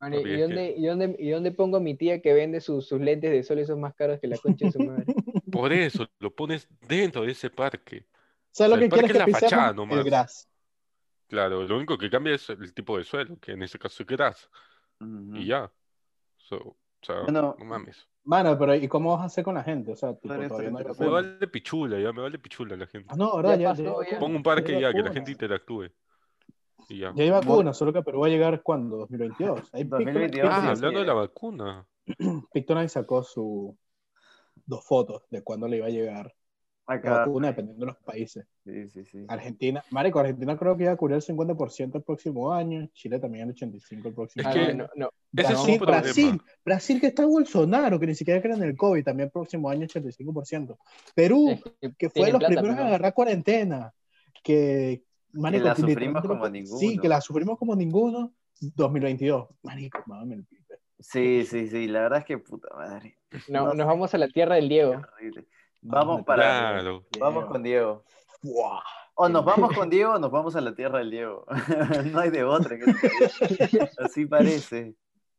[SPEAKER 4] Mano,
[SPEAKER 2] Papi,
[SPEAKER 4] ¿y,
[SPEAKER 2] es
[SPEAKER 4] dónde, y, dónde, ¿Y dónde pongo a mi tía que vende sus, sus lentes de sol esos más caros que la concha de su madre?
[SPEAKER 2] Por eso lo pones dentro de ese parque.
[SPEAKER 1] ¿Sabes lo
[SPEAKER 2] El
[SPEAKER 1] que
[SPEAKER 2] parque
[SPEAKER 1] quieres
[SPEAKER 2] es
[SPEAKER 1] que
[SPEAKER 2] la
[SPEAKER 1] pisemos?
[SPEAKER 2] fachada nomás.
[SPEAKER 1] El gras.
[SPEAKER 2] Claro, lo único que cambia es el tipo de suelo, que en este caso es gras, y ya. So, o sea,
[SPEAKER 3] Bueno,
[SPEAKER 2] no mames.
[SPEAKER 1] Mano, pero ¿y cómo vas a hacer con la gente? O sea, tipo,
[SPEAKER 3] Podría
[SPEAKER 1] todavía
[SPEAKER 3] estar
[SPEAKER 1] no hay
[SPEAKER 2] Me
[SPEAKER 3] interesante.
[SPEAKER 1] vacuna.
[SPEAKER 2] vale pichula, ya, me vale pichula la gente.
[SPEAKER 1] Ah, no, ¿verdad?
[SPEAKER 4] Ya
[SPEAKER 1] Ya,
[SPEAKER 4] pasó,
[SPEAKER 1] hay
[SPEAKER 4] ya.
[SPEAKER 2] Pongo
[SPEAKER 1] vacuna,
[SPEAKER 2] un parque
[SPEAKER 1] hay
[SPEAKER 2] ya, que la
[SPEAKER 1] vacuna.
[SPEAKER 2] gente interactúe. Y ya.
[SPEAKER 1] Ya hay vacunas, solo que a Perú va a llegar cuando, 2022. Ahí Picton-
[SPEAKER 3] 2022,
[SPEAKER 2] Ah,
[SPEAKER 1] Picton-
[SPEAKER 3] sí.
[SPEAKER 2] hablando de la vacuna.
[SPEAKER 1] Pictonite sacó su dos fotos de cuándo le iba a llegar la
[SPEAKER 3] Acá.
[SPEAKER 1] vacuna, dependiendo de los países.
[SPEAKER 3] Sí, sí, sí.
[SPEAKER 1] Argentina, Marico, Argentina creo que iba a cubrir el 50% el próximo año, Chile también el 85% el próximo
[SPEAKER 4] Ah,
[SPEAKER 2] que-
[SPEAKER 1] año.
[SPEAKER 4] no, no,
[SPEAKER 2] Ese es
[SPEAKER 1] Brasil,
[SPEAKER 2] un problema.
[SPEAKER 1] Brasil, Brasil que está Bolsonaro, que ni siquiera creen en el COVID, también próximo año 85%. Perú,
[SPEAKER 4] Es que
[SPEAKER 1] que fue de
[SPEAKER 4] tienen
[SPEAKER 1] los
[SPEAKER 4] plata,
[SPEAKER 1] primeros en
[SPEAKER 4] pero no.
[SPEAKER 1] agarrar cuarentena, que,
[SPEAKER 3] Que la
[SPEAKER 1] que literalmente
[SPEAKER 3] sufrimos como
[SPEAKER 1] no- Sí,
[SPEAKER 3] ninguno.
[SPEAKER 1] que la sufrimos como ninguno, 2022. Marico, mame el pipe.
[SPEAKER 3] Sí, sí, sí. La verdad es que puta madre.
[SPEAKER 4] No,
[SPEAKER 3] No
[SPEAKER 4] nos
[SPEAKER 3] sé.
[SPEAKER 4] vamos a la tierra del
[SPEAKER 3] Qué
[SPEAKER 4] Diego.
[SPEAKER 3] horrible. Vamos
[SPEAKER 1] Ah,
[SPEAKER 3] para.
[SPEAKER 2] Claro.
[SPEAKER 3] Vamos con Diego.
[SPEAKER 1] Buah.
[SPEAKER 3] O nos vamos con Diego o nos vamos a la tierra del Diego. no hay de otra. que- Así parece.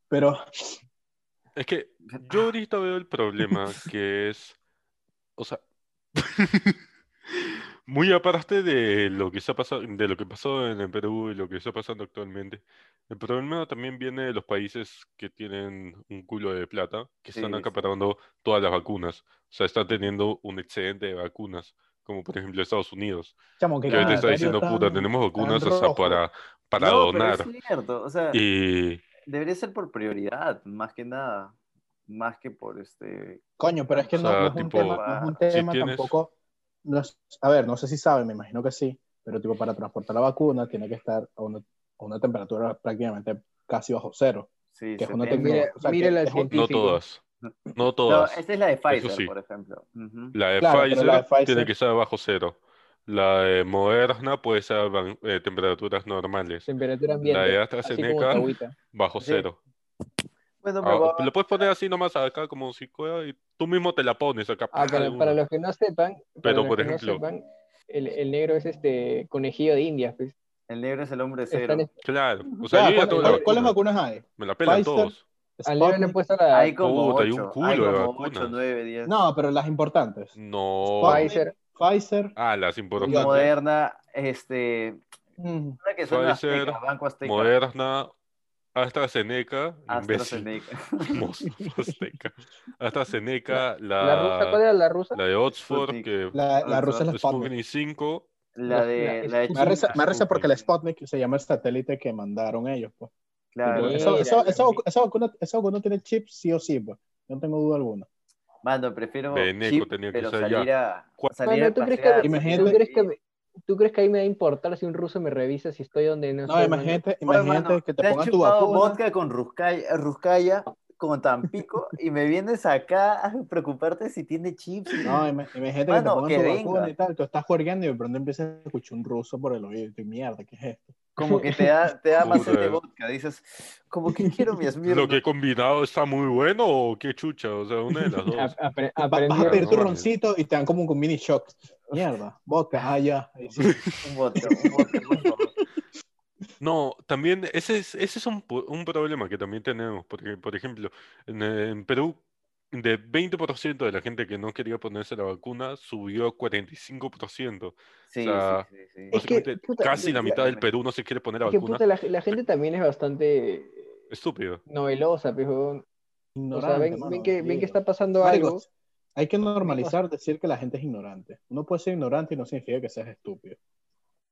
[SPEAKER 1] Pero
[SPEAKER 2] Es que
[SPEAKER 3] Ah.
[SPEAKER 2] yo ahorita veo el problema que es, o sea, muy aparte de lo que se ha pasado, de lo que pasó en el Perú y lo que está pasando actualmente, el problema también viene de los países que tienen un culo de plata, que están
[SPEAKER 3] Sí, sí.
[SPEAKER 2] acaparando todas las vacunas, o sea, están teniendo un excedente de vacunas, como por ejemplo Estados Unidos,
[SPEAKER 1] chamo, que
[SPEAKER 2] que ahorita está
[SPEAKER 1] comentario
[SPEAKER 2] diciendo,
[SPEAKER 1] tan-
[SPEAKER 2] puta, tenemos vacunas hasta
[SPEAKER 1] rojo.
[SPEAKER 2] para, para
[SPEAKER 3] no,
[SPEAKER 2] donar.
[SPEAKER 3] pero es cierto. O sea,
[SPEAKER 2] Y
[SPEAKER 3] debería ser por prioridad, más que nada. Más que por este.
[SPEAKER 1] Coño, pero es que
[SPEAKER 2] O
[SPEAKER 1] no,
[SPEAKER 2] sea,
[SPEAKER 1] no es un
[SPEAKER 2] tipo,
[SPEAKER 1] tema, no es un
[SPEAKER 3] si
[SPEAKER 1] tema
[SPEAKER 2] tienes-
[SPEAKER 1] tampoco. no es- a ver, no sé si saben, me imagino que sí, pero tipo para transportar la vacuna tiene que estar a una, a una temperatura prácticamente casi bajo cero.
[SPEAKER 3] Sí,
[SPEAKER 1] Que es una
[SPEAKER 3] 70.
[SPEAKER 1] tecnología.
[SPEAKER 4] Mira,
[SPEAKER 1] o sea,
[SPEAKER 4] mira
[SPEAKER 1] que
[SPEAKER 4] la
[SPEAKER 1] es un-
[SPEAKER 2] no
[SPEAKER 4] científica.
[SPEAKER 2] todas, no
[SPEAKER 3] No,
[SPEAKER 2] todas.
[SPEAKER 3] esta es la de Pfizer,
[SPEAKER 2] sí.
[SPEAKER 3] por ejemplo. Ujú.
[SPEAKER 2] La de
[SPEAKER 1] Claro, pero
[SPEAKER 2] Pfizer,
[SPEAKER 1] la de Pfizer-
[SPEAKER 2] tiene que estar bajo cero. La de Moderna puede ser ban- eh, temperaturas normales.
[SPEAKER 4] Temperatura
[SPEAKER 2] La
[SPEAKER 4] ambiente.
[SPEAKER 2] de
[SPEAKER 4] Así como tu
[SPEAKER 2] AstraZeneca
[SPEAKER 4] agüita.
[SPEAKER 2] bajo
[SPEAKER 3] Sí.
[SPEAKER 2] cero.
[SPEAKER 3] Bueno,
[SPEAKER 2] Ah,
[SPEAKER 3] pero va-
[SPEAKER 2] lo puedes poner así nomás acá como si fuera y tú mismo te la pones acá.
[SPEAKER 4] Ah, para,
[SPEAKER 2] alguna.
[SPEAKER 4] para los que no sepan, para
[SPEAKER 2] Pero,
[SPEAKER 4] los
[SPEAKER 2] por
[SPEAKER 4] que no
[SPEAKER 2] ejemplo-
[SPEAKER 4] sepan, el, el negro es este conejillo de India, pues.
[SPEAKER 3] el negro es el hombre cero.
[SPEAKER 4] Están-
[SPEAKER 2] Claro. O sea,
[SPEAKER 1] Ya,
[SPEAKER 2] yo ya
[SPEAKER 1] ¿cuál-
[SPEAKER 2] tengo la
[SPEAKER 1] ¿Cuáles
[SPEAKER 2] vacuna.
[SPEAKER 1] vacunas hay?
[SPEAKER 2] Me la pelan
[SPEAKER 1] Pfizer,
[SPEAKER 2] todos.
[SPEAKER 4] al negro le han
[SPEAKER 1] Sputnik.
[SPEAKER 4] puesto la
[SPEAKER 3] Hay como
[SPEAKER 2] Puta, hay un
[SPEAKER 3] ocho,
[SPEAKER 2] culo
[SPEAKER 3] hay
[SPEAKER 2] de
[SPEAKER 3] como
[SPEAKER 2] vacunas.
[SPEAKER 3] 8, 9, 10.
[SPEAKER 1] No, pero las importantes.
[SPEAKER 2] Mm. No.
[SPEAKER 1] Sputnik.
[SPEAKER 4] Pfizer,
[SPEAKER 1] Pfizer.
[SPEAKER 2] Ah, las
[SPEAKER 1] Yo acá.
[SPEAKER 2] importantes.
[SPEAKER 3] Moderna, este,
[SPEAKER 1] mm,
[SPEAKER 3] una que son
[SPEAKER 2] Pfizer,
[SPEAKER 3] Azteca, Banco Azteca,
[SPEAKER 2] Moderna, AstraZeneca, imbécil.
[SPEAKER 3] AstraZeneca.
[SPEAKER 2] Mos- Azteca. AstraZeneca, la,
[SPEAKER 4] la rusa, ¿cuál era la rusa?
[SPEAKER 2] la de Oxford,
[SPEAKER 3] Sputnik.
[SPEAKER 2] que
[SPEAKER 1] La, la rusa es la Sputnik.
[SPEAKER 2] Ah, Sputnik 5.
[SPEAKER 3] La
[SPEAKER 4] La-
[SPEAKER 3] de, la de
[SPEAKER 1] Me reza,
[SPEAKER 3] China.
[SPEAKER 1] me reza porque la
[SPEAKER 2] Sputnik.
[SPEAKER 1] Sputnik se llama el satélite que mandaron ellos. Pues.
[SPEAKER 3] Claro.
[SPEAKER 1] Tipo, eso-
[SPEAKER 4] Mira,
[SPEAKER 1] eso-
[SPEAKER 4] la
[SPEAKER 1] esa,
[SPEAKER 4] mierda.
[SPEAKER 1] vacu- esa vacuna, esa vacuna tiene chip sí o sí, pues. No tengo duda alguna.
[SPEAKER 3] Mano, prefiero
[SPEAKER 2] Veneco
[SPEAKER 3] chip,
[SPEAKER 2] tenía que
[SPEAKER 3] pero
[SPEAKER 2] ser
[SPEAKER 3] salir a,
[SPEAKER 2] ¿Cuál?
[SPEAKER 3] salir
[SPEAKER 4] Mano,
[SPEAKER 3] a
[SPEAKER 4] ¿tú crees que-
[SPEAKER 3] pasear.
[SPEAKER 1] Imagínate-
[SPEAKER 4] ¿Tú crees, que, me- ¿Tú crees que ahí me va a importar si un ruso me revisa si estoy donde no,
[SPEAKER 1] No,
[SPEAKER 4] estoy, mano?
[SPEAKER 1] imagínate,
[SPEAKER 3] Oye,
[SPEAKER 1] imagínate
[SPEAKER 3] mano,
[SPEAKER 1] que te,
[SPEAKER 3] has
[SPEAKER 1] pongan tu
[SPEAKER 3] chupado
[SPEAKER 1] vacuna.
[SPEAKER 3] vodka con Ruscaya, Ruscaya, con Tampico, y me vienes acá a preocuparte si tiene chips.
[SPEAKER 1] No, ima- imagínate que te
[SPEAKER 3] Mano,
[SPEAKER 1] pongan
[SPEAKER 3] que
[SPEAKER 1] tu
[SPEAKER 3] venga.
[SPEAKER 1] vacuna y tal. Tú estás jorgeando y de pronto empiezas a escuchar un ruso por el oído. Y tú, mierda, ¿qué es esto?
[SPEAKER 3] Como que te da, te da más sed de
[SPEAKER 2] Puta.
[SPEAKER 3] vodka. Dices, como que quiero mi esmirno.
[SPEAKER 2] Lo que he combinado está muy bueno o qué chucha, o sea, una de las dos.
[SPEAKER 4] A- apre-
[SPEAKER 1] Va- vas
[SPEAKER 4] aprendí-
[SPEAKER 1] a pedir tu
[SPEAKER 2] Perdón.
[SPEAKER 1] roncito y te dan como un mini shock. Mierda, vodka, ah, ya. Ahí sí.
[SPEAKER 3] Un vodka, un vodka, por favor.
[SPEAKER 2] No, también ese es, ese es un, po- un problema que también tenemos, porque, por ejemplo, en, eh, en Perú, de 20% de la gente que no quería ponerse la vacuna, subió a 45%.
[SPEAKER 3] Sí,
[SPEAKER 2] sea,
[SPEAKER 3] sí, sí, sí.
[SPEAKER 4] Es que,
[SPEAKER 2] Básicamente,
[SPEAKER 4] puta,
[SPEAKER 2] casi la
[SPEAKER 4] la-
[SPEAKER 2] mitad del Perú no se quiere poner la
[SPEAKER 4] Es que,
[SPEAKER 2] vacuna.
[SPEAKER 4] puta, la, la gente también es bastante
[SPEAKER 2] Estúpido.
[SPEAKER 4] novelosa, pues, huevón. O sea,
[SPEAKER 1] Ignorante,
[SPEAKER 4] ven,
[SPEAKER 1] mano,
[SPEAKER 4] ven que, ven que
[SPEAKER 1] mierda.
[SPEAKER 4] está pasando
[SPEAKER 1] Marico,
[SPEAKER 4] algo.
[SPEAKER 1] hay que normalizar decir que la gente es ignorante. Uno puede ser ignorante y no significa que seas estúpido.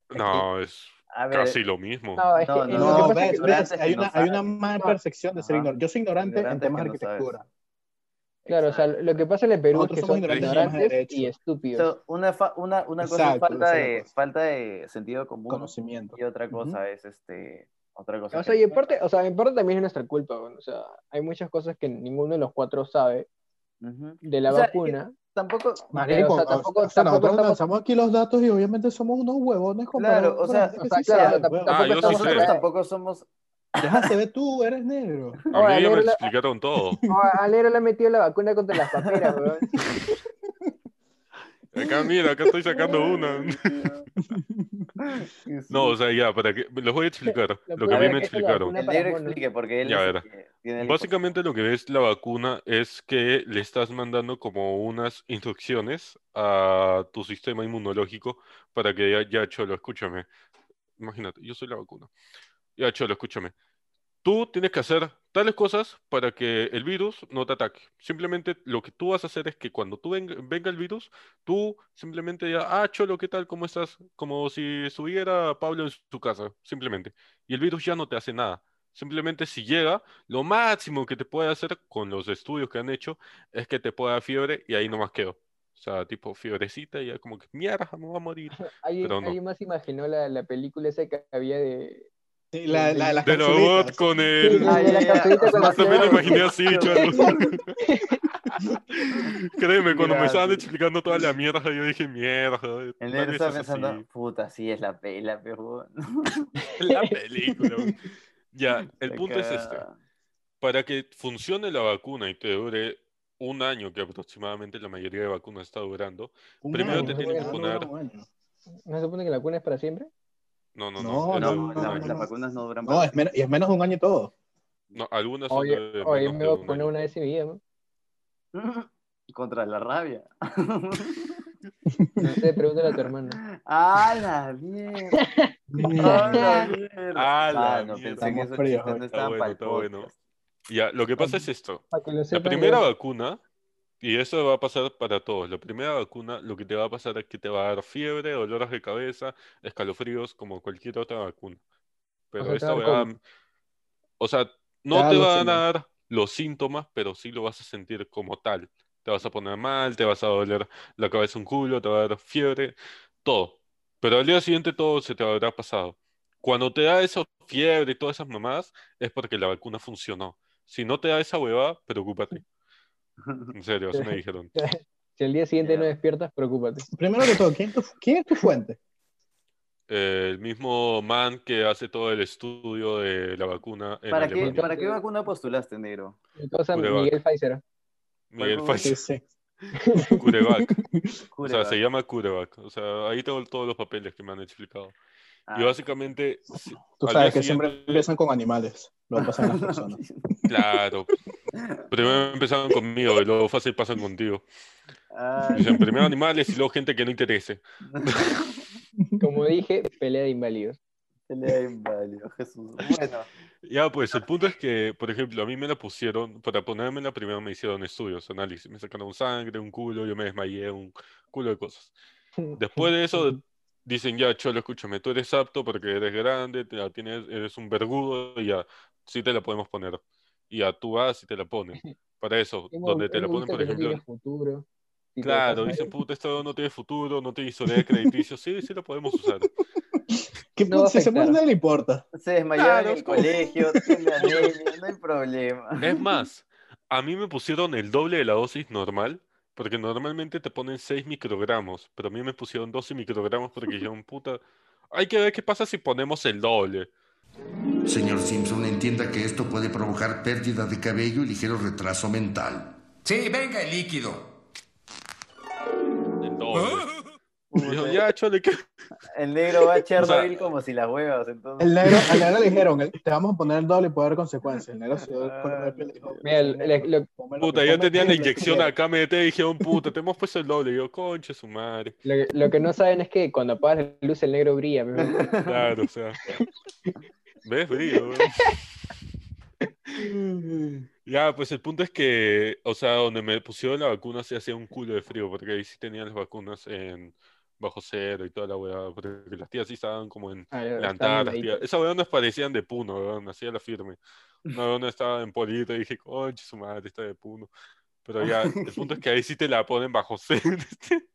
[SPEAKER 2] No, es
[SPEAKER 3] A ver,
[SPEAKER 2] casi lo mismo.
[SPEAKER 4] No, es
[SPEAKER 3] No,
[SPEAKER 4] que, lo
[SPEAKER 3] no,
[SPEAKER 4] que
[SPEAKER 1] No,
[SPEAKER 3] no,
[SPEAKER 4] pasa
[SPEAKER 1] ves,
[SPEAKER 4] es que-
[SPEAKER 1] ves,
[SPEAKER 3] ignorantes que
[SPEAKER 1] hay,
[SPEAKER 3] no
[SPEAKER 1] una, hay una
[SPEAKER 3] saben.
[SPEAKER 1] mala
[SPEAKER 4] No.
[SPEAKER 1] percepción de ser
[SPEAKER 3] Ajá.
[SPEAKER 1] ignorante. Yo soy ignorante en
[SPEAKER 3] Ignorantes
[SPEAKER 1] temas de
[SPEAKER 3] que no
[SPEAKER 1] arquitectura.
[SPEAKER 4] claro, o sea, lo que pasa en el Perú es
[SPEAKER 1] Nosotros
[SPEAKER 4] que
[SPEAKER 1] somos
[SPEAKER 4] son
[SPEAKER 1] ignorantes,
[SPEAKER 4] ignorantes
[SPEAKER 1] somos de derecho.
[SPEAKER 4] y
[SPEAKER 3] O
[SPEAKER 4] estúpidos.
[SPEAKER 3] sea, una, fa- una, una cosa es
[SPEAKER 1] Exacto,
[SPEAKER 3] falta
[SPEAKER 1] esa es la
[SPEAKER 3] de,
[SPEAKER 1] cosa.
[SPEAKER 3] falta de sentido común
[SPEAKER 1] Conocimiento.
[SPEAKER 3] y otra
[SPEAKER 1] Ujú.
[SPEAKER 3] cosa es este otra cosa.
[SPEAKER 4] O
[SPEAKER 3] que-
[SPEAKER 4] sea, y en parte, o sea, en parte también es nuestra culpa, huevón. O sea, hay muchas cosas que ninguno de los cuatro sabe
[SPEAKER 3] Ujú.
[SPEAKER 4] de la
[SPEAKER 3] O sea,
[SPEAKER 4] vacuna.
[SPEAKER 3] tampoco
[SPEAKER 1] Marico,
[SPEAKER 4] o sea,
[SPEAKER 1] o-
[SPEAKER 4] tampoco-
[SPEAKER 1] o sea, nosotros
[SPEAKER 4] tampoco
[SPEAKER 1] lanzamos aquí los datos y obviamente somos unos huevones
[SPEAKER 3] Claro, o
[SPEAKER 1] con
[SPEAKER 3] sea,
[SPEAKER 1] la gente
[SPEAKER 4] O
[SPEAKER 1] que
[SPEAKER 4] sea,
[SPEAKER 1] sí
[SPEAKER 4] claro,
[SPEAKER 1] sabe,
[SPEAKER 4] tam-
[SPEAKER 1] huevón.
[SPEAKER 2] Ah,
[SPEAKER 4] tampoco
[SPEAKER 2] yo sí
[SPEAKER 4] estamos
[SPEAKER 2] sé.
[SPEAKER 3] nosotros
[SPEAKER 4] acá-
[SPEAKER 3] tampoco somos
[SPEAKER 1] Ya se ve tú, eres negro.
[SPEAKER 2] A
[SPEAKER 4] Ahora,
[SPEAKER 2] mí ya me
[SPEAKER 4] leer la-
[SPEAKER 2] explicaron todo.
[SPEAKER 4] Ah, No, a Lero le ha metido la vacuna contra las paperas, weón.
[SPEAKER 2] Acá, mira, acá estoy sacando una. No, o
[SPEAKER 3] sea,
[SPEAKER 2] sea, ya, para que les voy a explicar
[SPEAKER 4] Lo
[SPEAKER 2] lo que
[SPEAKER 4] puedo
[SPEAKER 2] a mí
[SPEAKER 4] ver,
[SPEAKER 2] me
[SPEAKER 4] esa es la
[SPEAKER 2] explicaron.
[SPEAKER 4] vacuna
[SPEAKER 3] el
[SPEAKER 4] para
[SPEAKER 3] negro
[SPEAKER 4] monos.
[SPEAKER 3] explique porque él
[SPEAKER 2] Ya
[SPEAKER 3] es el
[SPEAKER 2] verá.
[SPEAKER 3] que tiene el
[SPEAKER 2] Básicamente lo que es la vacuna es que le estás mandando como unas instrucciones a tu sistema inmunológico para que ya, ya Cholo, escúchame. Imagínate, yo soy la vacuna. Ya Cholo, escúchame. Tú tienes que hacer tales cosas para que el virus no te ataque. Simplemente lo que tú vas a hacer es que cuando tú venga, venga el virus, tú simplemente digas, ah, Cholo, ¿qué tal? ¿Cómo estás? Como si estuviera Pablo en su casa, simplemente. Y el virus ya no te hace nada. Simplemente si llega, lo máximo que te puede hacer con los estudios que han hecho es que te pueda fiebre y ahí nomás quedo. O sea, tipo fiebrecita y ya como que mierda, me voy a morir.
[SPEAKER 4] ¿Alguien,
[SPEAKER 2] Pero no.
[SPEAKER 4] alguien más imaginó la, la película esa que había de.
[SPEAKER 1] Sí, la, la, las
[SPEAKER 2] De robot
[SPEAKER 1] capsulitas.
[SPEAKER 2] con
[SPEAKER 4] Sí,
[SPEAKER 2] el...
[SPEAKER 4] la-
[SPEAKER 3] Ah,
[SPEAKER 4] de
[SPEAKER 3] ya, ya.
[SPEAKER 4] capsulita con
[SPEAKER 3] Más
[SPEAKER 4] la
[SPEAKER 3] o
[SPEAKER 2] También lo
[SPEAKER 4] flor.
[SPEAKER 2] imaginé así, Cholo. Créeme, cuando me
[SPEAKER 3] Mira,
[SPEAKER 2] estaban
[SPEAKER 3] sí.
[SPEAKER 2] explicando toda la mierda, yo dije, mierda.
[SPEAKER 3] El
[SPEAKER 2] tal
[SPEAKER 3] negro
[SPEAKER 2] vez
[SPEAKER 3] estaba
[SPEAKER 2] es así".
[SPEAKER 3] pensando, puta, sí, es la pela, pero...
[SPEAKER 2] La película. güey. Ya, el punto es este.
[SPEAKER 3] Acá.
[SPEAKER 2] Para que funcione la vacuna y te dure un año, que aproximadamente la mayoría de vacunas está durando.
[SPEAKER 1] Un
[SPEAKER 2] Primero
[SPEAKER 1] año,
[SPEAKER 4] te
[SPEAKER 1] no
[SPEAKER 4] tienen
[SPEAKER 1] dura
[SPEAKER 4] que
[SPEAKER 2] poner-
[SPEAKER 1] un año.
[SPEAKER 4] ¿No se supone que la vacuna es para siempre?
[SPEAKER 2] No, no,
[SPEAKER 1] No,
[SPEAKER 2] no. es este. de
[SPEAKER 3] No,
[SPEAKER 2] un
[SPEAKER 3] la-
[SPEAKER 2] año.
[SPEAKER 3] las vacunas no duran
[SPEAKER 1] No, es menos, y es menos de un año todo.
[SPEAKER 2] No, algunas son
[SPEAKER 4] Oye,
[SPEAKER 2] de
[SPEAKER 4] oye,
[SPEAKER 2] menos
[SPEAKER 4] me
[SPEAKER 2] de
[SPEAKER 4] voy a
[SPEAKER 2] un
[SPEAKER 4] poner
[SPEAKER 2] año.
[SPEAKER 4] una vez en mi vida, ¿no?
[SPEAKER 3] Contra la rabia.
[SPEAKER 4] No sé, pregúntale a tu hermano.
[SPEAKER 3] ¡A la mierda! ¡A la mierda!
[SPEAKER 2] ¡A la
[SPEAKER 3] Mano,
[SPEAKER 2] mierda!
[SPEAKER 3] pensé que esos
[SPEAKER 1] Estamos fríos,
[SPEAKER 3] chistes no
[SPEAKER 1] ¿eh?
[SPEAKER 2] Está
[SPEAKER 3] estaban
[SPEAKER 2] bueno,
[SPEAKER 3] para el
[SPEAKER 2] está bueno.
[SPEAKER 3] podcast.
[SPEAKER 2] Ya, lo que pasa es esto.
[SPEAKER 4] Para que lo
[SPEAKER 2] La
[SPEAKER 4] sepan.
[SPEAKER 2] primera
[SPEAKER 4] yo-
[SPEAKER 2] vacuna, y eso va a pasar para todos, la primera vacuna lo que te va a pasar es que te va a dar fiebre, dolores de cabeza, escalofríos, como cualquier otra vacuna. Pero
[SPEAKER 4] O sea, te
[SPEAKER 2] esta
[SPEAKER 4] va a dar
[SPEAKER 2] weá,
[SPEAKER 4] COVID.
[SPEAKER 2] o sea,
[SPEAKER 1] Te
[SPEAKER 2] no
[SPEAKER 1] da
[SPEAKER 2] te
[SPEAKER 1] los
[SPEAKER 2] van a dar los síntomas, pero sí lo vas a sentir como tal. Te vas a poner mal, te vas a doler la cabeza un culo, te va a dar fiebre, todo. Pero al día siguiente todo se te habrá pasado. Cuando te da esa fiebre y todas esas mamadas, es porque la vacuna funcionó. Si no te da esa huevada, preocúpate. En serio, así me dijeron.
[SPEAKER 4] Si al día siguiente
[SPEAKER 3] Ya.
[SPEAKER 4] no despiertas, preocúpate.
[SPEAKER 1] Primero que todo, ¿quién, es tu- quién es tu fuente?
[SPEAKER 2] eh, el mismo man que hace todo el estudio de la vacuna en
[SPEAKER 3] ¿Para qué,
[SPEAKER 2] Alemania.
[SPEAKER 3] ¿Para qué vacuna postulaste, negro?
[SPEAKER 4] Mi cosa,
[SPEAKER 2] Pura vaca.
[SPEAKER 4] Miguel Pfizer.
[SPEAKER 2] Miguel
[SPEAKER 3] ¿Cuál
[SPEAKER 1] Sí,
[SPEAKER 2] Pfizer,
[SPEAKER 1] sí.
[SPEAKER 2] Pues, Curevac. O sea,
[SPEAKER 3] Curevac.
[SPEAKER 2] se llama Curevac. O sea, ahí tengo todos los papeles que me han explicado.
[SPEAKER 3] Ah.
[SPEAKER 2] Y básicamente, sí,
[SPEAKER 1] Tú
[SPEAKER 2] Al
[SPEAKER 1] sabes
[SPEAKER 2] día
[SPEAKER 1] que siempre
[SPEAKER 2] siguiente-
[SPEAKER 1] empiezan con animales, luego pasan las personas.
[SPEAKER 2] claro. Primero empezaron conmigo y luego fácil pasan contigo.
[SPEAKER 3] Ay,
[SPEAKER 2] Dicen, primero animales y luego gente que no interese.
[SPEAKER 4] Como dije, pelea de inválidos.
[SPEAKER 3] se le invalió, Jesús. Bueno,
[SPEAKER 2] Ya, pues el punto es que, por ejemplo, a mí me la pusieron, para ponerme la primero me hicieron estudios, análisis, me sacaron sangre, un culo, yo me desmayé, un culo de cosas. Después de eso dicen, ya, Cholo, escúchame, tú eres apto porque eres grande, te la tienes, eres un vergudo, y ya, sí te la podemos poner. Y ya, tú vas y te la pones. Para eso,
[SPEAKER 4] Hemos-
[SPEAKER 2] donde te la
[SPEAKER 4] hemos
[SPEAKER 2] ponen,
[SPEAKER 4] visto
[SPEAKER 2] por
[SPEAKER 4] que no
[SPEAKER 2] ejemplo,
[SPEAKER 4] tiene futuro. Si te
[SPEAKER 2] claro,
[SPEAKER 4] dejas
[SPEAKER 2] dicen, puta, esto no tiene futuro, no tiene historial crediticio, sí, sí lo podemos usar.
[SPEAKER 1] ¿Qué
[SPEAKER 4] No va a
[SPEAKER 1] si se
[SPEAKER 4] afectar.
[SPEAKER 1] muere, no le importa.
[SPEAKER 3] se desmayó
[SPEAKER 2] Claro,
[SPEAKER 3] en
[SPEAKER 2] es
[SPEAKER 3] el
[SPEAKER 2] como-
[SPEAKER 3] colegio, tiene anemia, no hay problema.
[SPEAKER 2] Es más, a mí me pusieron el doble de la dosis normal, porque normalmente te ponen 6 microgramos, pero a mí me pusieron 12 microgramos porque dijeron, puta, hay que ver qué pasa si ponemos el doble.
[SPEAKER 5] Señor Simpson, entienda que esto puede provocar pérdida de cabello y ligero retraso mental.
[SPEAKER 6] Sí, venga el líquido.
[SPEAKER 2] El doble. Y
[SPEAKER 3] Puta,
[SPEAKER 2] yo, ya, chole, ¿qué?
[SPEAKER 3] El negro va a Chernobyl
[SPEAKER 2] O sea-
[SPEAKER 3] como si las huevas, entonces.
[SPEAKER 1] El negro, al negro le dijeron, el- te vamos a poner el doble y puede haber consecuencias. El negro se dio el cuerno de pelo y dijo,
[SPEAKER 4] Mira, el- el- lo-
[SPEAKER 1] come Ah. lo
[SPEAKER 2] Puta,
[SPEAKER 1] que
[SPEAKER 2] ya
[SPEAKER 1] come,
[SPEAKER 2] tenían la
[SPEAKER 1] come lo que
[SPEAKER 2] inyección
[SPEAKER 1] quiera.
[SPEAKER 2] acá, me y dijeron, puta, te hemos puesto el doble. Y yo, conche su madre.
[SPEAKER 4] Lo que, lo que no saben es que cuando apagas la luz el negro brilla. pero-
[SPEAKER 2] Claro, o sea. ¿Ves, brillo? weón. Ya, pues el punto es que, o sea, donde me pusieron la vacuna se hacía un culo de frío, porque ahí sí tenían las vacunas en bajo cero y toda la weá, porque las tías sí estaban como en
[SPEAKER 4] Ah, ya,
[SPEAKER 2] la
[SPEAKER 4] estaba
[SPEAKER 2] Antártida. Esas weá nos parecían de Puno, weón, hacía la firme. Una weona estaba en Polito y dije, conche, su madre está de Puno. Pero ya, el punto es que ahí sí te la ponen bajo cero. este,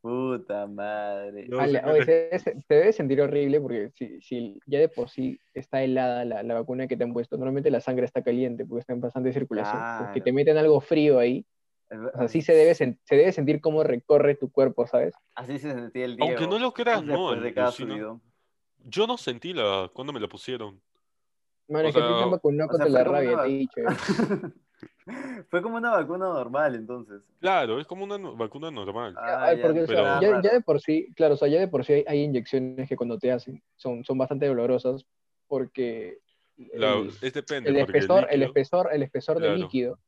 [SPEAKER 3] Puta madre.
[SPEAKER 2] No,
[SPEAKER 4] Ale,
[SPEAKER 2] sí,
[SPEAKER 4] oye, se- se- te debe sentir horrible porque si, si ya de por sí está helada la, la vacuna que te han puesto, normalmente la sangre está caliente porque está en bastante circulación. Pues que
[SPEAKER 3] Claro.
[SPEAKER 4] te meten algo frío ahí, o sea, sí se debe, sen- se debe sentir cómo recorre tu cuerpo, ¿sabes?
[SPEAKER 3] Así se sentía el Diego.
[SPEAKER 2] Aunque no lo creas, no,
[SPEAKER 3] Después de cada
[SPEAKER 2] alucina.
[SPEAKER 3] subido.
[SPEAKER 2] Yo no sentí la cuando me la pusieron.
[SPEAKER 4] Mano,
[SPEAKER 2] O
[SPEAKER 4] es que a ti
[SPEAKER 2] sea,
[SPEAKER 4] te han vacunado
[SPEAKER 3] o
[SPEAKER 4] contra
[SPEAKER 3] sea,
[SPEAKER 4] la
[SPEAKER 3] fue como
[SPEAKER 4] rabia,
[SPEAKER 3] una-
[SPEAKER 4] te he dicho. eh.
[SPEAKER 3] Fue como una vacuna normal, entonces.
[SPEAKER 2] Claro, es como una no- vacuna normal.
[SPEAKER 3] Ah,
[SPEAKER 4] Ay, porque o
[SPEAKER 2] pero-
[SPEAKER 4] sea, ya, ya de por sí, claro, o sea, ya de por sí hay, hay inyecciones que cuando te hacen son, son bastante dolorosas porque
[SPEAKER 2] La-
[SPEAKER 4] el-
[SPEAKER 2] es depende.
[SPEAKER 4] el
[SPEAKER 2] porque
[SPEAKER 4] espesor, el
[SPEAKER 2] líquido-
[SPEAKER 4] espesor, el espesor
[SPEAKER 2] Claro.
[SPEAKER 4] del líquido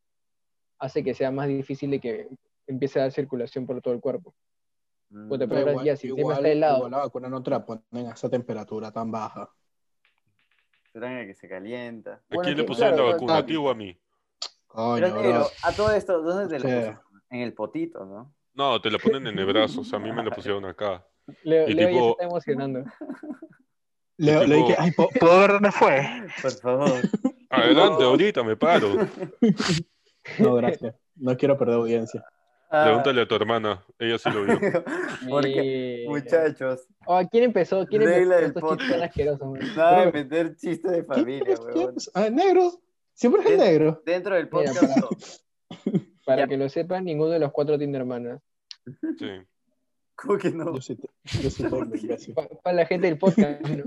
[SPEAKER 4] hace que sea más difícil de que empiece a dar circulación por todo el cuerpo.
[SPEAKER 3] Mm.
[SPEAKER 4] puta,
[SPEAKER 1] Pero
[SPEAKER 4] Ahora
[SPEAKER 1] igual,
[SPEAKER 4] ya, si encima
[SPEAKER 1] igual-
[SPEAKER 4] está helado.
[SPEAKER 1] igual la vacuna no te la ponen a esa temperatura tan baja.
[SPEAKER 3] Esperan a que se calienta.
[SPEAKER 2] ¿A
[SPEAKER 4] Bueno,
[SPEAKER 2] quién le
[SPEAKER 4] sí,
[SPEAKER 2] pusieron
[SPEAKER 4] claro,
[SPEAKER 2] la
[SPEAKER 4] claro,
[SPEAKER 2] vacuna? ¿A ti o a mí?
[SPEAKER 1] Coño,
[SPEAKER 3] Pero
[SPEAKER 1] bro.
[SPEAKER 3] negro, a todo esto, ¿dónde te lo
[SPEAKER 1] Sí.
[SPEAKER 3] pusieron? En el potito, ¿no?
[SPEAKER 2] No, te la ponen en el brazo. o sea, a mí me la pusieron acá.
[SPEAKER 4] Leo,
[SPEAKER 2] Y
[SPEAKER 4] Leo ya se
[SPEAKER 2] tipo-
[SPEAKER 4] está emocionando.
[SPEAKER 1] Le, le
[SPEAKER 2] tipo-
[SPEAKER 1] dije, ay, ¿puedo, puedo ver dónde fue?
[SPEAKER 3] Por favor.
[SPEAKER 2] Adelante,
[SPEAKER 3] No.
[SPEAKER 2] ahorita me paro.
[SPEAKER 1] No, gracias. No quiero perder audiencia.
[SPEAKER 3] Ah,
[SPEAKER 2] Pregúntale a tu hermana. Ella sí lo vio.
[SPEAKER 3] porque,
[SPEAKER 4] Eh,
[SPEAKER 3] muchachos,
[SPEAKER 4] oh, ¿Quién empezó? ¿Quién empezó
[SPEAKER 3] Regla del
[SPEAKER 4] estos chistes tan
[SPEAKER 3] podcast.
[SPEAKER 4] asquerosos, man?
[SPEAKER 3] nada de meter chistes de familia,
[SPEAKER 1] ¿Quién-
[SPEAKER 3] weón.
[SPEAKER 1] quién es? Ah, negro. Siempre es el
[SPEAKER 3] ¿Quién?
[SPEAKER 1] negro.
[SPEAKER 3] Dentro del
[SPEAKER 4] Mira,
[SPEAKER 3] podcast,
[SPEAKER 1] pues,
[SPEAKER 4] para-
[SPEAKER 3] no.
[SPEAKER 4] Para
[SPEAKER 3] Ya.
[SPEAKER 4] que lo sepan, ninguno de los cuatro tiene hermanas.
[SPEAKER 2] Sí.
[SPEAKER 3] ¿cómo que no?
[SPEAKER 1] Yo sí, te- yo sí tengo, imbécil.
[SPEAKER 4] Pa- Para la gente del podcast, ¿no?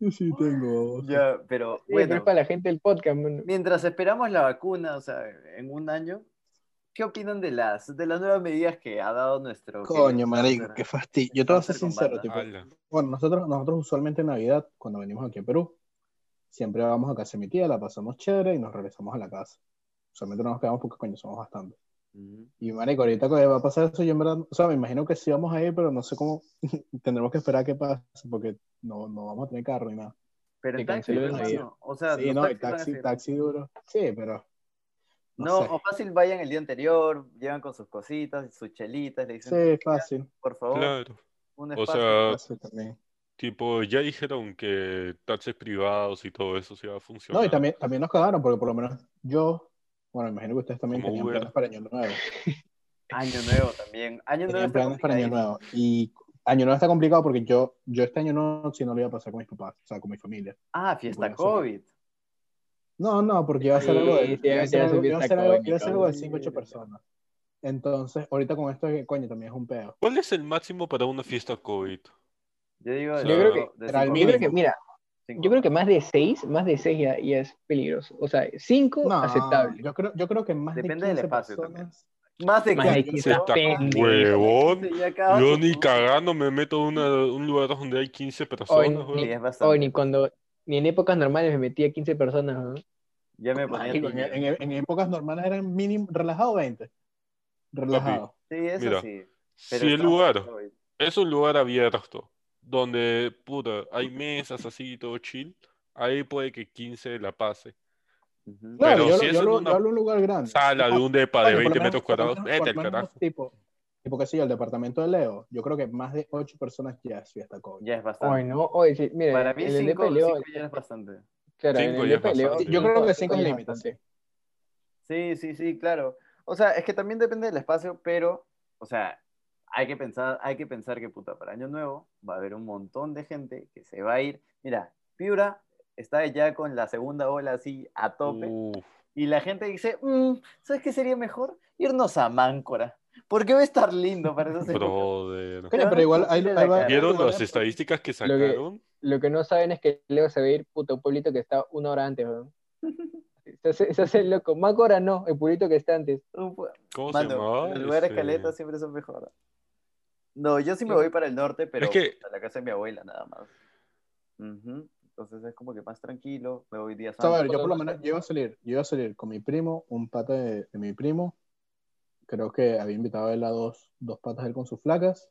[SPEAKER 1] Yo sí tengo.
[SPEAKER 3] Ya, pero
[SPEAKER 4] Sí, pero
[SPEAKER 3] bueno,
[SPEAKER 4] es para la gente del podcast, man.
[SPEAKER 3] mientras esperamos la vacuna, o sea, en un año, ¿qué opinan de las, de las nuevas medidas que ha dado nuestro...
[SPEAKER 1] Coño,
[SPEAKER 3] querido
[SPEAKER 1] marico,
[SPEAKER 3] Cáncer?
[SPEAKER 1] qué fastidio. Yo te voy a ser
[SPEAKER 3] Cáncer con
[SPEAKER 1] sincero,
[SPEAKER 3] banda.
[SPEAKER 1] tipo,
[SPEAKER 2] Ala.
[SPEAKER 1] Bueno, nosotros, nosotros usualmente en Navidad, cuando venimos aquí a Perú, siempre vamos a casa de mi tía, la pasamos chévere y nos regresamos a la casa. Usualmente no nos quedamos porque coño somos bastante.
[SPEAKER 3] Ujú.
[SPEAKER 1] Y marico, ahorita que va a pasar eso, yo en verdad, o sea, me imagino que sí vamos a ir, pero no sé cómo, tendremos que esperar a que pase porque no, no vamos a tener carro ni nada.
[SPEAKER 3] Pero
[SPEAKER 4] Que
[SPEAKER 3] en taxi,
[SPEAKER 4] canceló la
[SPEAKER 3] pues,
[SPEAKER 1] medida.
[SPEAKER 3] no, o sea,
[SPEAKER 1] sí,
[SPEAKER 3] los
[SPEAKER 1] no, el
[SPEAKER 3] taxis van a
[SPEAKER 1] taxi,
[SPEAKER 3] ser-
[SPEAKER 1] taxi duro. Sí, pero no,
[SPEAKER 3] No,
[SPEAKER 1] sé.
[SPEAKER 3] o fácil vayan el día anterior, llegan con sus cositas, sus chelitas, le dicen,
[SPEAKER 1] Sí, fácil,
[SPEAKER 3] por favor,
[SPEAKER 2] Claro.
[SPEAKER 3] un
[SPEAKER 2] O
[SPEAKER 3] espacio.
[SPEAKER 2] sea,
[SPEAKER 1] fácil también.
[SPEAKER 2] tipo, ya dijeron que taxis privados y todo eso sí va a funcionar.
[SPEAKER 1] No, y también, también nos cagaron porque por lo menos yo, bueno, me imagino que ustedes también
[SPEAKER 2] Como
[SPEAKER 1] tenían planes
[SPEAKER 2] Uber.
[SPEAKER 1] para Año Nuevo.
[SPEAKER 3] Año nuevo también. Año nuevo
[SPEAKER 1] Tenían
[SPEAKER 3] está
[SPEAKER 1] planes para Año
[SPEAKER 3] complicadísimo.
[SPEAKER 1] Nuevo. Y Año Nuevo está complicado porque yo, yo este año no, si no lo iba a pasar con mis papás, o sea, con mi familia.
[SPEAKER 3] Ah, fiesta
[SPEAKER 1] Bueno, sí.
[SPEAKER 3] COVID.
[SPEAKER 1] No, no, porque iba a ser
[SPEAKER 4] Sí,
[SPEAKER 1] algo de.
[SPEAKER 4] sí,
[SPEAKER 1] iba a
[SPEAKER 4] sí,
[SPEAKER 1] ser
[SPEAKER 4] va a
[SPEAKER 1] algo-
[SPEAKER 4] ser
[SPEAKER 1] iba a
[SPEAKER 4] fiesta
[SPEAKER 1] ser algo-
[SPEAKER 4] cómica,
[SPEAKER 1] iba a ser algo de
[SPEAKER 4] sí.
[SPEAKER 1] 5 8 personas. Entonces, ahorita con esto, coño, también es un pedo.
[SPEAKER 2] ¿Cuál es el máximo para una fiesta COVID?
[SPEAKER 3] Yo digo, de
[SPEAKER 2] Yo creo
[SPEAKER 3] cinco- de
[SPEAKER 1] era el
[SPEAKER 3] cinco
[SPEAKER 4] Yo creo que,
[SPEAKER 1] mínimo.
[SPEAKER 4] mira,
[SPEAKER 3] cinco.
[SPEAKER 4] yo creo que más de seis, más de seis ya, ya es peligroso. O sea, cinco,
[SPEAKER 1] No,
[SPEAKER 4] aceptable.
[SPEAKER 1] Yo creo, yo creo que más
[SPEAKER 3] Depende
[SPEAKER 1] de
[SPEAKER 3] del
[SPEAKER 1] 15
[SPEAKER 3] espacio
[SPEAKER 1] personas.
[SPEAKER 3] Más de
[SPEAKER 4] Más
[SPEAKER 1] ya,
[SPEAKER 4] de
[SPEAKER 1] yo
[SPEAKER 4] quince,
[SPEAKER 1] creo
[SPEAKER 2] que-
[SPEAKER 4] pendejo.
[SPEAKER 2] Huevón.
[SPEAKER 3] Ah, Sí, ya acabas,
[SPEAKER 2] Yo ni
[SPEAKER 3] ¿no?
[SPEAKER 2] cagando me meto a una- un lugar donde hay 15
[SPEAKER 4] Hoy
[SPEAKER 2] personas.
[SPEAKER 4] ni,
[SPEAKER 2] güey.
[SPEAKER 3] Sí, es bastante.
[SPEAKER 4] hoy ni cuando, ni en épocas normales me metía 15 personas. ¿no?
[SPEAKER 3] Ya me ponía.
[SPEAKER 1] Marico, en, en- en épocas normales eran mínimo, relajado 20. Relajado.
[SPEAKER 3] Sí, eso
[SPEAKER 2] Mira,
[SPEAKER 3] sí. Pero
[SPEAKER 2] Si el
[SPEAKER 3] está-
[SPEAKER 2] lugar es un lugar abierto, donde, puta, hay mesas así, todo chill, ahí puede que 15 la pase.
[SPEAKER 3] Ujú.
[SPEAKER 1] Claro,
[SPEAKER 2] Pero
[SPEAKER 1] yo,
[SPEAKER 2] si
[SPEAKER 1] yo
[SPEAKER 2] es en
[SPEAKER 1] lo-
[SPEAKER 2] una
[SPEAKER 1] yo hablo de un lugar grande.
[SPEAKER 2] Sala de
[SPEAKER 1] No,
[SPEAKER 2] un depa
[SPEAKER 1] coño,
[SPEAKER 2] de
[SPEAKER 1] por lo
[SPEAKER 2] 20
[SPEAKER 1] menos-
[SPEAKER 2] metros
[SPEAKER 1] por lo menos-
[SPEAKER 2] cuadrados, vete
[SPEAKER 1] por
[SPEAKER 2] al
[SPEAKER 1] lo menos
[SPEAKER 2] carajo.
[SPEAKER 1] Tipo, tipo que sí, el departamento de Leo, yo creo que más de 8 personas ya es fiesta COVID.
[SPEAKER 3] Ya es bastante.
[SPEAKER 4] Hoy no, hoy sí, mira,
[SPEAKER 3] Para mí,
[SPEAKER 4] en el
[SPEAKER 3] cinco,
[SPEAKER 4] DP Leo-
[SPEAKER 3] cinco ya es bastante.
[SPEAKER 4] claro, en
[SPEAKER 2] Cinco
[SPEAKER 4] el
[SPEAKER 2] ya es
[SPEAKER 4] DP Leo-
[SPEAKER 2] bastante.
[SPEAKER 1] Yo creo que cinco
[SPEAKER 4] cinco
[SPEAKER 1] es
[SPEAKER 4] ya es
[SPEAKER 1] límite,
[SPEAKER 4] bastante.
[SPEAKER 3] Sí, sí, sí, claro. O sea, es que también depende del espacio, pero, o sea, hay que pensar, hay que pensar que puta, para Año Nuevo va a haber un montón de gente que se va a ir. Mira, Piura está ya con la segunda ola así a tope
[SPEAKER 2] Uf,
[SPEAKER 3] y la gente dice, "Mm, ¿sabes qué sería mejor? Irnos a Máncora, porque va a estar lindo para esas épocas".
[SPEAKER 2] brother.
[SPEAKER 1] Coño, pero igual ahí, ahí va-
[SPEAKER 3] Claro.
[SPEAKER 2] ¿Vieron
[SPEAKER 1] igual
[SPEAKER 2] las
[SPEAKER 1] es-
[SPEAKER 2] estadísticas que
[SPEAKER 4] Lo que-
[SPEAKER 2] sacaron?
[SPEAKER 4] Lo que no saben es que Leo se va a ir puto a un pueblito que está una hora antes, weón. Se hace, se hace el loco. Más hora no, el pueblito que está antes.
[SPEAKER 3] Un pu-
[SPEAKER 2] ¿Cómo se
[SPEAKER 3] pues, Mano,
[SPEAKER 2] llamaba?
[SPEAKER 3] los lugares
[SPEAKER 2] Este,
[SPEAKER 3] caletas siempre son mejor. No, yo sí me voy para el norte, pero
[SPEAKER 2] Es que-
[SPEAKER 3] a la casa de mi abuela nada más. Ujú. Entonces es como que más tranquilo, me voy días
[SPEAKER 1] o sea, a ver,
[SPEAKER 3] antes.
[SPEAKER 1] yo por lo menos, yo iba a salir, yo iba a salir con mi primo, un pata de, de mi primo, creo que había invitado a él a dos, dos patas él con sus flacas,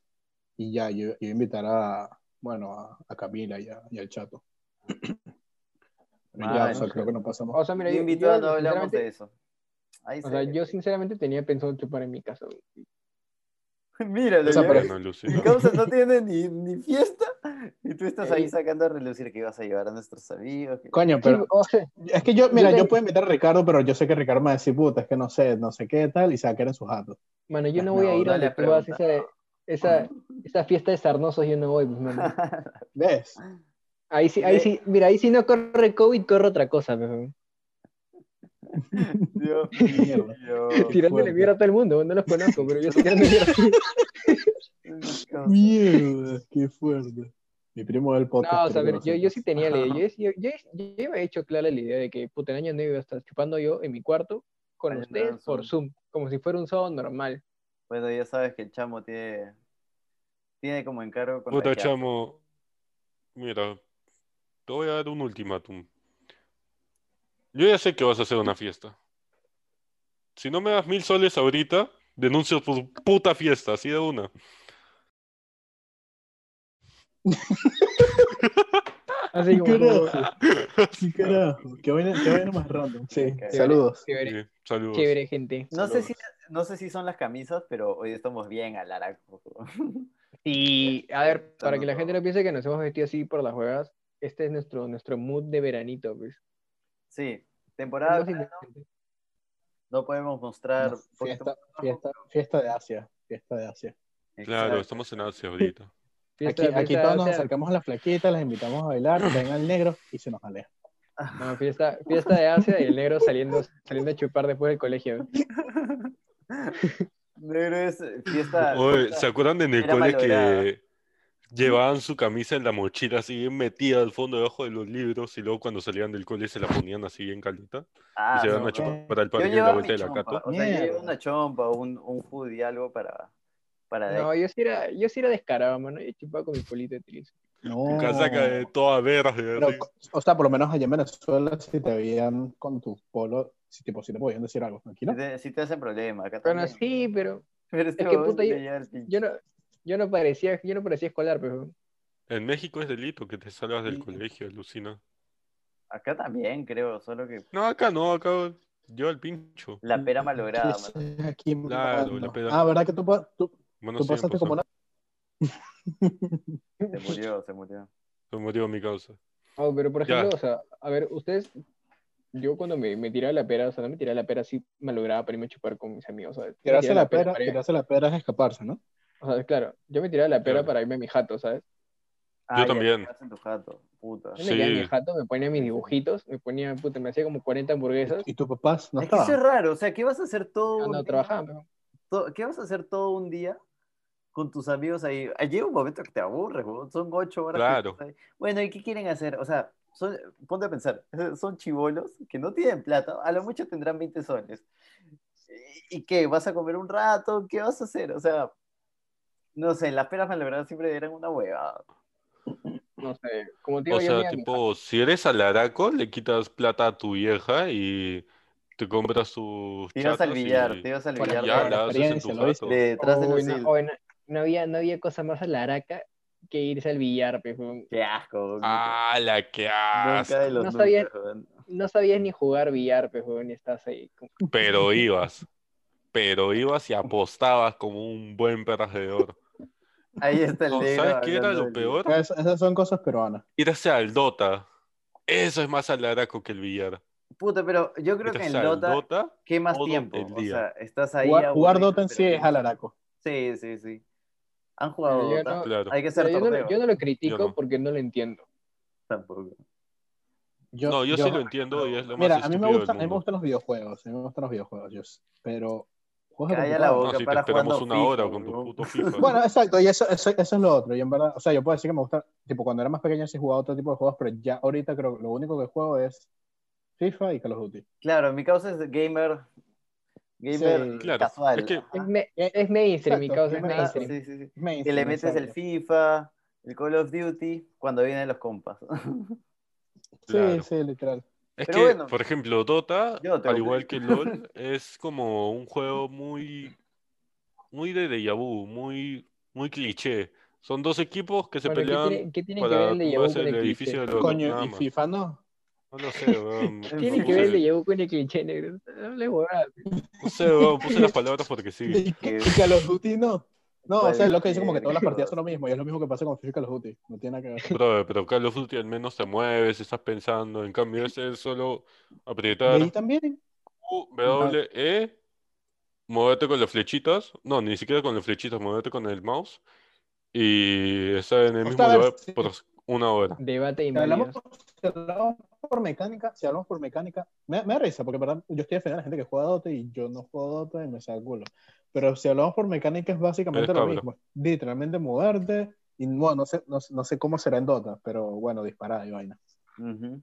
[SPEAKER 1] y ya, yo, yo iba a invitar a, bueno, a, a Camila y, a- y al Chato. Y ya,
[SPEAKER 3] Ay,
[SPEAKER 1] o sea,
[SPEAKER 4] no
[SPEAKER 1] creo
[SPEAKER 4] sé.
[SPEAKER 1] que no pasamos.
[SPEAKER 4] O sea, mira,
[SPEAKER 3] Yo
[SPEAKER 4] yo,
[SPEAKER 3] invito
[SPEAKER 4] yo,
[SPEAKER 3] a no hablamos
[SPEAKER 4] sinceramente-
[SPEAKER 3] de eso. Ahí
[SPEAKER 4] o sea,
[SPEAKER 3] se-
[SPEAKER 4] yo sinceramente tenía pensado chupar en mi casa. weón.
[SPEAKER 3] Míralo,
[SPEAKER 2] Este,
[SPEAKER 1] O sea,
[SPEAKER 3] ya
[SPEAKER 1] pero-
[SPEAKER 3] ves.
[SPEAKER 2] Bueno,
[SPEAKER 3] Mi
[SPEAKER 2] Lucila.
[SPEAKER 3] causa no tiene ni, ni fiesta. Y tú estás ahí
[SPEAKER 4] Ey.
[SPEAKER 3] sacando a relucir que ibas a llevar a nuestros amigos. que-
[SPEAKER 1] Coño,
[SPEAKER 4] Sí,
[SPEAKER 1] pero
[SPEAKER 4] o sea,
[SPEAKER 1] es que yo, mira,
[SPEAKER 4] yo
[SPEAKER 1] yo,
[SPEAKER 4] te-
[SPEAKER 1] puedo invitar a Ricardo, pero yo sé que Ricardo me va a decir, puta, es que no sé, no sé qué tal, y se va a quedar en sus jatos.
[SPEAKER 4] mano, yo no
[SPEAKER 1] No,
[SPEAKER 4] voy a ir a
[SPEAKER 3] no
[SPEAKER 4] donde
[SPEAKER 3] le
[SPEAKER 4] tú vas
[SPEAKER 3] preguntas.
[SPEAKER 4] esa, esa, esa fiesta de sarnosos, yo no voy, pues, mano.
[SPEAKER 1] ¿Ves?
[SPEAKER 4] Ahí sí, ahí
[SPEAKER 3] Ve-
[SPEAKER 4] sí, mira, ahí sí no corre COVID, corre otra cosa, weón.
[SPEAKER 3] Dios
[SPEAKER 1] Mierda.
[SPEAKER 3] mío.
[SPEAKER 4] Tirándole
[SPEAKER 1] fuerte.
[SPEAKER 4] mierda a todo el mundo, no los conozco, pero yo estoy tirándole mierda.
[SPEAKER 1] Mierda, qué fuerte. Mi primo del podcast.
[SPEAKER 4] Ah, No, o sea,
[SPEAKER 1] creo
[SPEAKER 4] a
[SPEAKER 1] que
[SPEAKER 4] ver,
[SPEAKER 1] lo
[SPEAKER 4] yo,
[SPEAKER 1] sepa.
[SPEAKER 4] yo sí tenía la idea. Yo, yo, yo, yo me he hecho clara la idea de que puta, el año nuevo iba a estar chupando yo en mi cuarto con
[SPEAKER 3] Año
[SPEAKER 4] ustedes
[SPEAKER 3] nuevo en
[SPEAKER 4] por Zoom, como si fuera un sábado normal.
[SPEAKER 3] Bueno, ya sabes que el chamo tiene, tiene como encargo con
[SPEAKER 2] Puta, chamo. Mira, te voy a dar un ultimátum. Yo ya sé que vas a hacer una fiesta. Si no me das mil soles ahorita, denuncio tu puta fiesta, así de una.
[SPEAKER 4] Así como,
[SPEAKER 1] Carajo.
[SPEAKER 4] como,
[SPEAKER 1] Sí, carajo. Qué vaina, qué vaina más random. Sí,
[SPEAKER 3] Chévere.
[SPEAKER 1] saludos.
[SPEAKER 2] Sí,
[SPEAKER 4] chévere,
[SPEAKER 2] saludos.
[SPEAKER 4] chévere, gente.
[SPEAKER 3] No sé, si,
[SPEAKER 1] Saludos.
[SPEAKER 3] no sé si son las camisas, pero hoy estamos bien al araco.
[SPEAKER 4] Y a ver, para que la
[SPEAKER 3] Saludos.
[SPEAKER 4] gente no piense que nos hemos vestido así por las juegas, este es nuestro, nuestro mood de veranito, pues.
[SPEAKER 3] Sí, temporada.
[SPEAKER 4] Hemos
[SPEAKER 3] verano,
[SPEAKER 4] intentado-
[SPEAKER 3] No podemos mostrar.
[SPEAKER 1] No,
[SPEAKER 3] porque
[SPEAKER 1] fiesta,
[SPEAKER 3] estamos-
[SPEAKER 1] Fiesta, fiesta de Asia. Fiesta de Asia.
[SPEAKER 2] Claro,
[SPEAKER 3] Exacto.
[SPEAKER 2] estamos en Asia ahorita.
[SPEAKER 4] fiesta-
[SPEAKER 1] Aquí, aquí
[SPEAKER 4] fiesta,
[SPEAKER 1] todos
[SPEAKER 4] o
[SPEAKER 1] nos
[SPEAKER 4] sea,
[SPEAKER 1] acercamos a las flaquitas, las invitamos a bailar, ven al negro y se nos aleja.
[SPEAKER 4] no, fiesta, fiesta de Asia y el negro saliendo, saliendo a chupar después del colegio.
[SPEAKER 3] Negro es fiesta.
[SPEAKER 2] Oye,
[SPEAKER 3] fiesta-
[SPEAKER 2] ¿se acuerdan en el
[SPEAKER 3] Era
[SPEAKER 2] cole
[SPEAKER 3] malograda.
[SPEAKER 2] que llevaban su camisa en la mochila así bien metida al fondo debajo de los libros y luego cuando salían del cole se la ponían así bien calita
[SPEAKER 3] Ah,
[SPEAKER 2] y se
[SPEAKER 3] no.
[SPEAKER 2] iban a chupar para el
[SPEAKER 3] Yo
[SPEAKER 2] parque en la
[SPEAKER 3] llevaba
[SPEAKER 2] vuelta
[SPEAKER 3] mi
[SPEAKER 2] de la
[SPEAKER 3] chompa,
[SPEAKER 2] cata?
[SPEAKER 3] O sea, yo
[SPEAKER 1] Mierda.
[SPEAKER 3] llevaba una chompa, un, un hoodie, algo para. para
[SPEAKER 4] No, yo sí era, yo sí era descarado, mano. Yo chupaba con mi polito de tilizo.
[SPEAKER 1] No.
[SPEAKER 2] Tu casaca de toda verde.
[SPEAKER 1] Pero, o sea, por lo menos allá en Venezuela, si te veían con tu polo, si, tipo, si te podían decir algo, tranquilo.
[SPEAKER 3] Si te, sí te hacen problema. Acá
[SPEAKER 4] Bueno,
[SPEAKER 3] también.
[SPEAKER 4] sí, pero
[SPEAKER 3] Pero este
[SPEAKER 4] es que,
[SPEAKER 3] huevón
[SPEAKER 4] puta,
[SPEAKER 3] le
[SPEAKER 4] yo-
[SPEAKER 3] lleva el pinche-
[SPEAKER 4] yo no, yo no parecía, yo no parecía escolar, pero
[SPEAKER 2] En México es delito que te salgas del
[SPEAKER 1] Sí.
[SPEAKER 2] colegio, alucina.
[SPEAKER 3] Acá también, creo, solo que
[SPEAKER 2] No, acá no, acá yo al pincho.
[SPEAKER 4] Mm.
[SPEAKER 3] la pera malograda.
[SPEAKER 1] Sí,
[SPEAKER 3] mano.
[SPEAKER 1] sí, aquí,
[SPEAKER 2] Claro,
[SPEAKER 1] mano.
[SPEAKER 2] la peda.
[SPEAKER 1] Ah, ¿verdad que tú, pa- tú,
[SPEAKER 2] Bueno,
[SPEAKER 1] tú
[SPEAKER 2] siguen
[SPEAKER 1] pasaste como una...
[SPEAKER 2] pasando.
[SPEAKER 3] Se murió, se murió.
[SPEAKER 2] Se murió mi causa.
[SPEAKER 4] no, pero por
[SPEAKER 2] Ya.
[SPEAKER 4] ejemplo, o sea, a ver, ustedes, yo cuando me, me tiraba la pera, o sea, no me tiraba la pera así malograda para irme a chupar con mis amigos, o sea, yo me
[SPEAKER 1] Tirarse
[SPEAKER 4] tiraba
[SPEAKER 1] la pera,
[SPEAKER 4] para ir-
[SPEAKER 1] tirarse la pera es escaparse, ¿no?
[SPEAKER 4] o sea, claro, yo me tiraba la pera
[SPEAKER 2] Claro.
[SPEAKER 4] para irme a mi jato, ¿sabes?
[SPEAKER 3] Ah, ya,
[SPEAKER 2] también.
[SPEAKER 3] te quedas en tu jato, puta.
[SPEAKER 4] Yo
[SPEAKER 2] Sí.
[SPEAKER 4] me quedaba en mi jato, me ponía mis dibujitos, me ponía, puta, me hacía como 40 hamburguesas,
[SPEAKER 1] Y tus papás no
[SPEAKER 3] es que eso es
[SPEAKER 1] estaban.
[SPEAKER 3] raro, o sea, ¿qué vas a hacer todo?
[SPEAKER 4] Ah, no,
[SPEAKER 3] un
[SPEAKER 4] no
[SPEAKER 3] día?
[SPEAKER 4] trabajaba, pero
[SPEAKER 3] to- ¿Qué vas a hacer todo un día con tus amigos ahí? Ah, Llega un momento que te aburres, huevón, son ocho horas. que
[SPEAKER 2] Claro.
[SPEAKER 3] estás ahí. Bueno, ¿y qué quieren hacer? O sea, son, ponte a pensar, son chivolos que no tienen plata, a lo mucho tendrán 20 soles. ¿Y y qué? ¿Vas a comer un rato? ¿Qué vas a hacer? O sea, no sé, las peras malebradas siempre eran una huevada.
[SPEAKER 4] No sé, como te digo,
[SPEAKER 2] O
[SPEAKER 4] yo
[SPEAKER 2] sea,
[SPEAKER 4] mira, mi-
[SPEAKER 2] tipo, si eres alaraco, le quitas plata a tu vieja y te compras sus
[SPEAKER 3] Te ibas al
[SPEAKER 2] chatas
[SPEAKER 3] billar,
[SPEAKER 2] y-
[SPEAKER 3] te ibas al
[SPEAKER 2] y
[SPEAKER 1] Bueno,
[SPEAKER 3] billar
[SPEAKER 2] ya
[SPEAKER 1] por
[SPEAKER 2] la haces en
[SPEAKER 1] experiencia,
[SPEAKER 2] tu
[SPEAKER 1] lo viste.
[SPEAKER 2] jato.
[SPEAKER 3] detrás de
[SPEAKER 4] Uy,
[SPEAKER 3] los
[SPEAKER 4] no,
[SPEAKER 3] hildos.
[SPEAKER 4] uy, no, no había, no había cosa más alaraca que irse al billar, pe, huevón.
[SPEAKER 3] Qué asco. huevón.
[SPEAKER 2] Ah, la que
[SPEAKER 3] Nunca
[SPEAKER 2] asco.
[SPEAKER 3] de los
[SPEAKER 4] No
[SPEAKER 3] nunca,
[SPEAKER 4] sabía-
[SPEAKER 3] huevón.
[SPEAKER 4] No sabías ni jugar billar, pe, huevón, y estás ahí. como-
[SPEAKER 2] Pero ibas. Pero ibas y apostabas como un buen perdedor.
[SPEAKER 3] Ahí está el
[SPEAKER 2] No,
[SPEAKER 3] negro.
[SPEAKER 2] ¿Sabes qué era
[SPEAKER 3] hablando
[SPEAKER 2] lo
[SPEAKER 3] del-
[SPEAKER 2] peor?
[SPEAKER 1] Es- esas son cosas peruanas.
[SPEAKER 2] Irse al Dota. Eso es más alaraco que el billar.
[SPEAKER 3] Puta, pero yo creo que
[SPEAKER 2] Irse
[SPEAKER 3] en
[SPEAKER 2] al
[SPEAKER 3] Dota,
[SPEAKER 2] Dota,
[SPEAKER 3] ¿qué más
[SPEAKER 2] todo
[SPEAKER 3] tiempo?
[SPEAKER 2] el
[SPEAKER 3] O
[SPEAKER 2] día.
[SPEAKER 3] sea, estás ahí.
[SPEAKER 1] Jugar, jugar
[SPEAKER 3] aburrido,
[SPEAKER 1] Dota en
[SPEAKER 3] pero
[SPEAKER 1] sí es
[SPEAKER 3] tienes-
[SPEAKER 1] alaraco.
[SPEAKER 3] Sí, sí, sí. ¿Han jugado
[SPEAKER 4] Yo
[SPEAKER 3] Dota?
[SPEAKER 4] no-
[SPEAKER 2] claro.
[SPEAKER 3] Hay que hacer
[SPEAKER 4] Mira, yo, no,
[SPEAKER 3] torneo.
[SPEAKER 4] yo no lo critico
[SPEAKER 2] no.
[SPEAKER 4] porque no lo entiendo.
[SPEAKER 3] Tampoco.
[SPEAKER 1] Yo,
[SPEAKER 2] no, yo, sí lo entiendo y es lo
[SPEAKER 1] Mira,
[SPEAKER 2] más
[SPEAKER 1] a mí, me
[SPEAKER 2] estúpido del
[SPEAKER 1] gusta, a mí me
[SPEAKER 2] mundo.
[SPEAKER 1] gustan los videojuegos, a mí me gustan los videojuegos, yo sé, pero... juegos de
[SPEAKER 3] Calla la
[SPEAKER 1] computadora.
[SPEAKER 2] No, si
[SPEAKER 3] boca
[SPEAKER 2] te
[SPEAKER 3] para
[SPEAKER 2] esperamos
[SPEAKER 3] jugando
[SPEAKER 2] una
[SPEAKER 3] FIFA,
[SPEAKER 2] hora con tu
[SPEAKER 3] huevón.
[SPEAKER 2] puto FIFA.
[SPEAKER 1] Bueno, exacto, y eso, eso, eso es lo otro. Y en verdad, o sea, yo puedo decir que me gusta, tipo, cuando era más pequeño sí jugaba otro tipo de juegos, pero ya ahorita creo que lo único que juego es FIFA y Call of Duty.
[SPEAKER 3] Claro, en mi causa es gamer. Gamer
[SPEAKER 1] Sí,
[SPEAKER 2] claro.
[SPEAKER 3] casual.
[SPEAKER 2] Es que-
[SPEAKER 3] ajá.
[SPEAKER 4] Es, me-
[SPEAKER 3] eh,
[SPEAKER 4] es mainstream, mi
[SPEAKER 1] Exacto,
[SPEAKER 4] causa es
[SPEAKER 1] primero-
[SPEAKER 3] Ah,
[SPEAKER 4] mainstream.
[SPEAKER 3] sí, sí, sí.
[SPEAKER 1] Mainstream,
[SPEAKER 3] Que le metes el
[SPEAKER 1] exacto.
[SPEAKER 3] FIFA, el Call of Duty, cuando vienen los compas.
[SPEAKER 1] Sí,
[SPEAKER 2] Claro.
[SPEAKER 1] sí, literal.
[SPEAKER 2] Es
[SPEAKER 3] Pero
[SPEAKER 2] que,
[SPEAKER 3] bueno.
[SPEAKER 2] por ejemplo, Dota,
[SPEAKER 3] Yo no tengo
[SPEAKER 2] al igual que
[SPEAKER 3] crédito.
[SPEAKER 2] LOL, es como un juego muy, muy de déjà vu, muy, muy cliché. Son dos equipos que se
[SPEAKER 4] Bueno, ¿qué
[SPEAKER 2] pelean
[SPEAKER 4] tiene, qué tiene que ver
[SPEAKER 2] para
[SPEAKER 4] el de Yahoo
[SPEAKER 2] tumbarse
[SPEAKER 4] con
[SPEAKER 2] el
[SPEAKER 4] el
[SPEAKER 2] edificio
[SPEAKER 4] cliché?
[SPEAKER 2] de los
[SPEAKER 1] Coño,
[SPEAKER 2] nada
[SPEAKER 1] y
[SPEAKER 2] más.
[SPEAKER 1] FIFA no.
[SPEAKER 2] No lo sé, weón.
[SPEAKER 3] ¿Qué
[SPEAKER 4] Tiene que
[SPEAKER 2] Puse-
[SPEAKER 4] ver el de Yahoo con el cliché, negro. Hable huevadas.
[SPEAKER 2] No sé, weón, puse las palabras porque sí.
[SPEAKER 1] Y
[SPEAKER 3] Que-
[SPEAKER 1] y Call of Duty no. No, o sea, es lo que dice como que todas las
[SPEAKER 3] Pues, Verga.
[SPEAKER 1] partidas son lo mismo, y es lo mismo que pasa con FIFA y Call of Duty. No tiene nada que ver.
[SPEAKER 2] Bro, pero Call of Duty al menos te mueves, estás pensando. En cambio, ese es solo
[SPEAKER 1] De
[SPEAKER 2] apretar
[SPEAKER 1] ahí también.
[SPEAKER 2] Q, W, E, moverte con las flechitas. No, ni siquiera con las flechitas, moverte con el mouse. Y estar en el
[SPEAKER 1] O
[SPEAKER 2] mismo
[SPEAKER 1] sea, a ver,
[SPEAKER 2] lugar
[SPEAKER 1] sí.
[SPEAKER 2] por una hora.
[SPEAKER 4] Debate
[SPEAKER 1] Si hablamos,
[SPEAKER 4] inválido.
[SPEAKER 1] si hablamos por mecánica, si hablamos por mecánica, me, me da risa, porque en verdad yo estoy defendiendo a la gente que juega Dota y yo no juego Dota y me saca el culo. Pero si hablamos por mecánica es básicamente
[SPEAKER 2] Eres
[SPEAKER 1] lo
[SPEAKER 2] cabra.
[SPEAKER 1] mismo. Literalmente mudarte, y bueno, no sé, no, sé- no sé cómo será en Dota, pero bueno, disparada y vaina.
[SPEAKER 3] Ujú.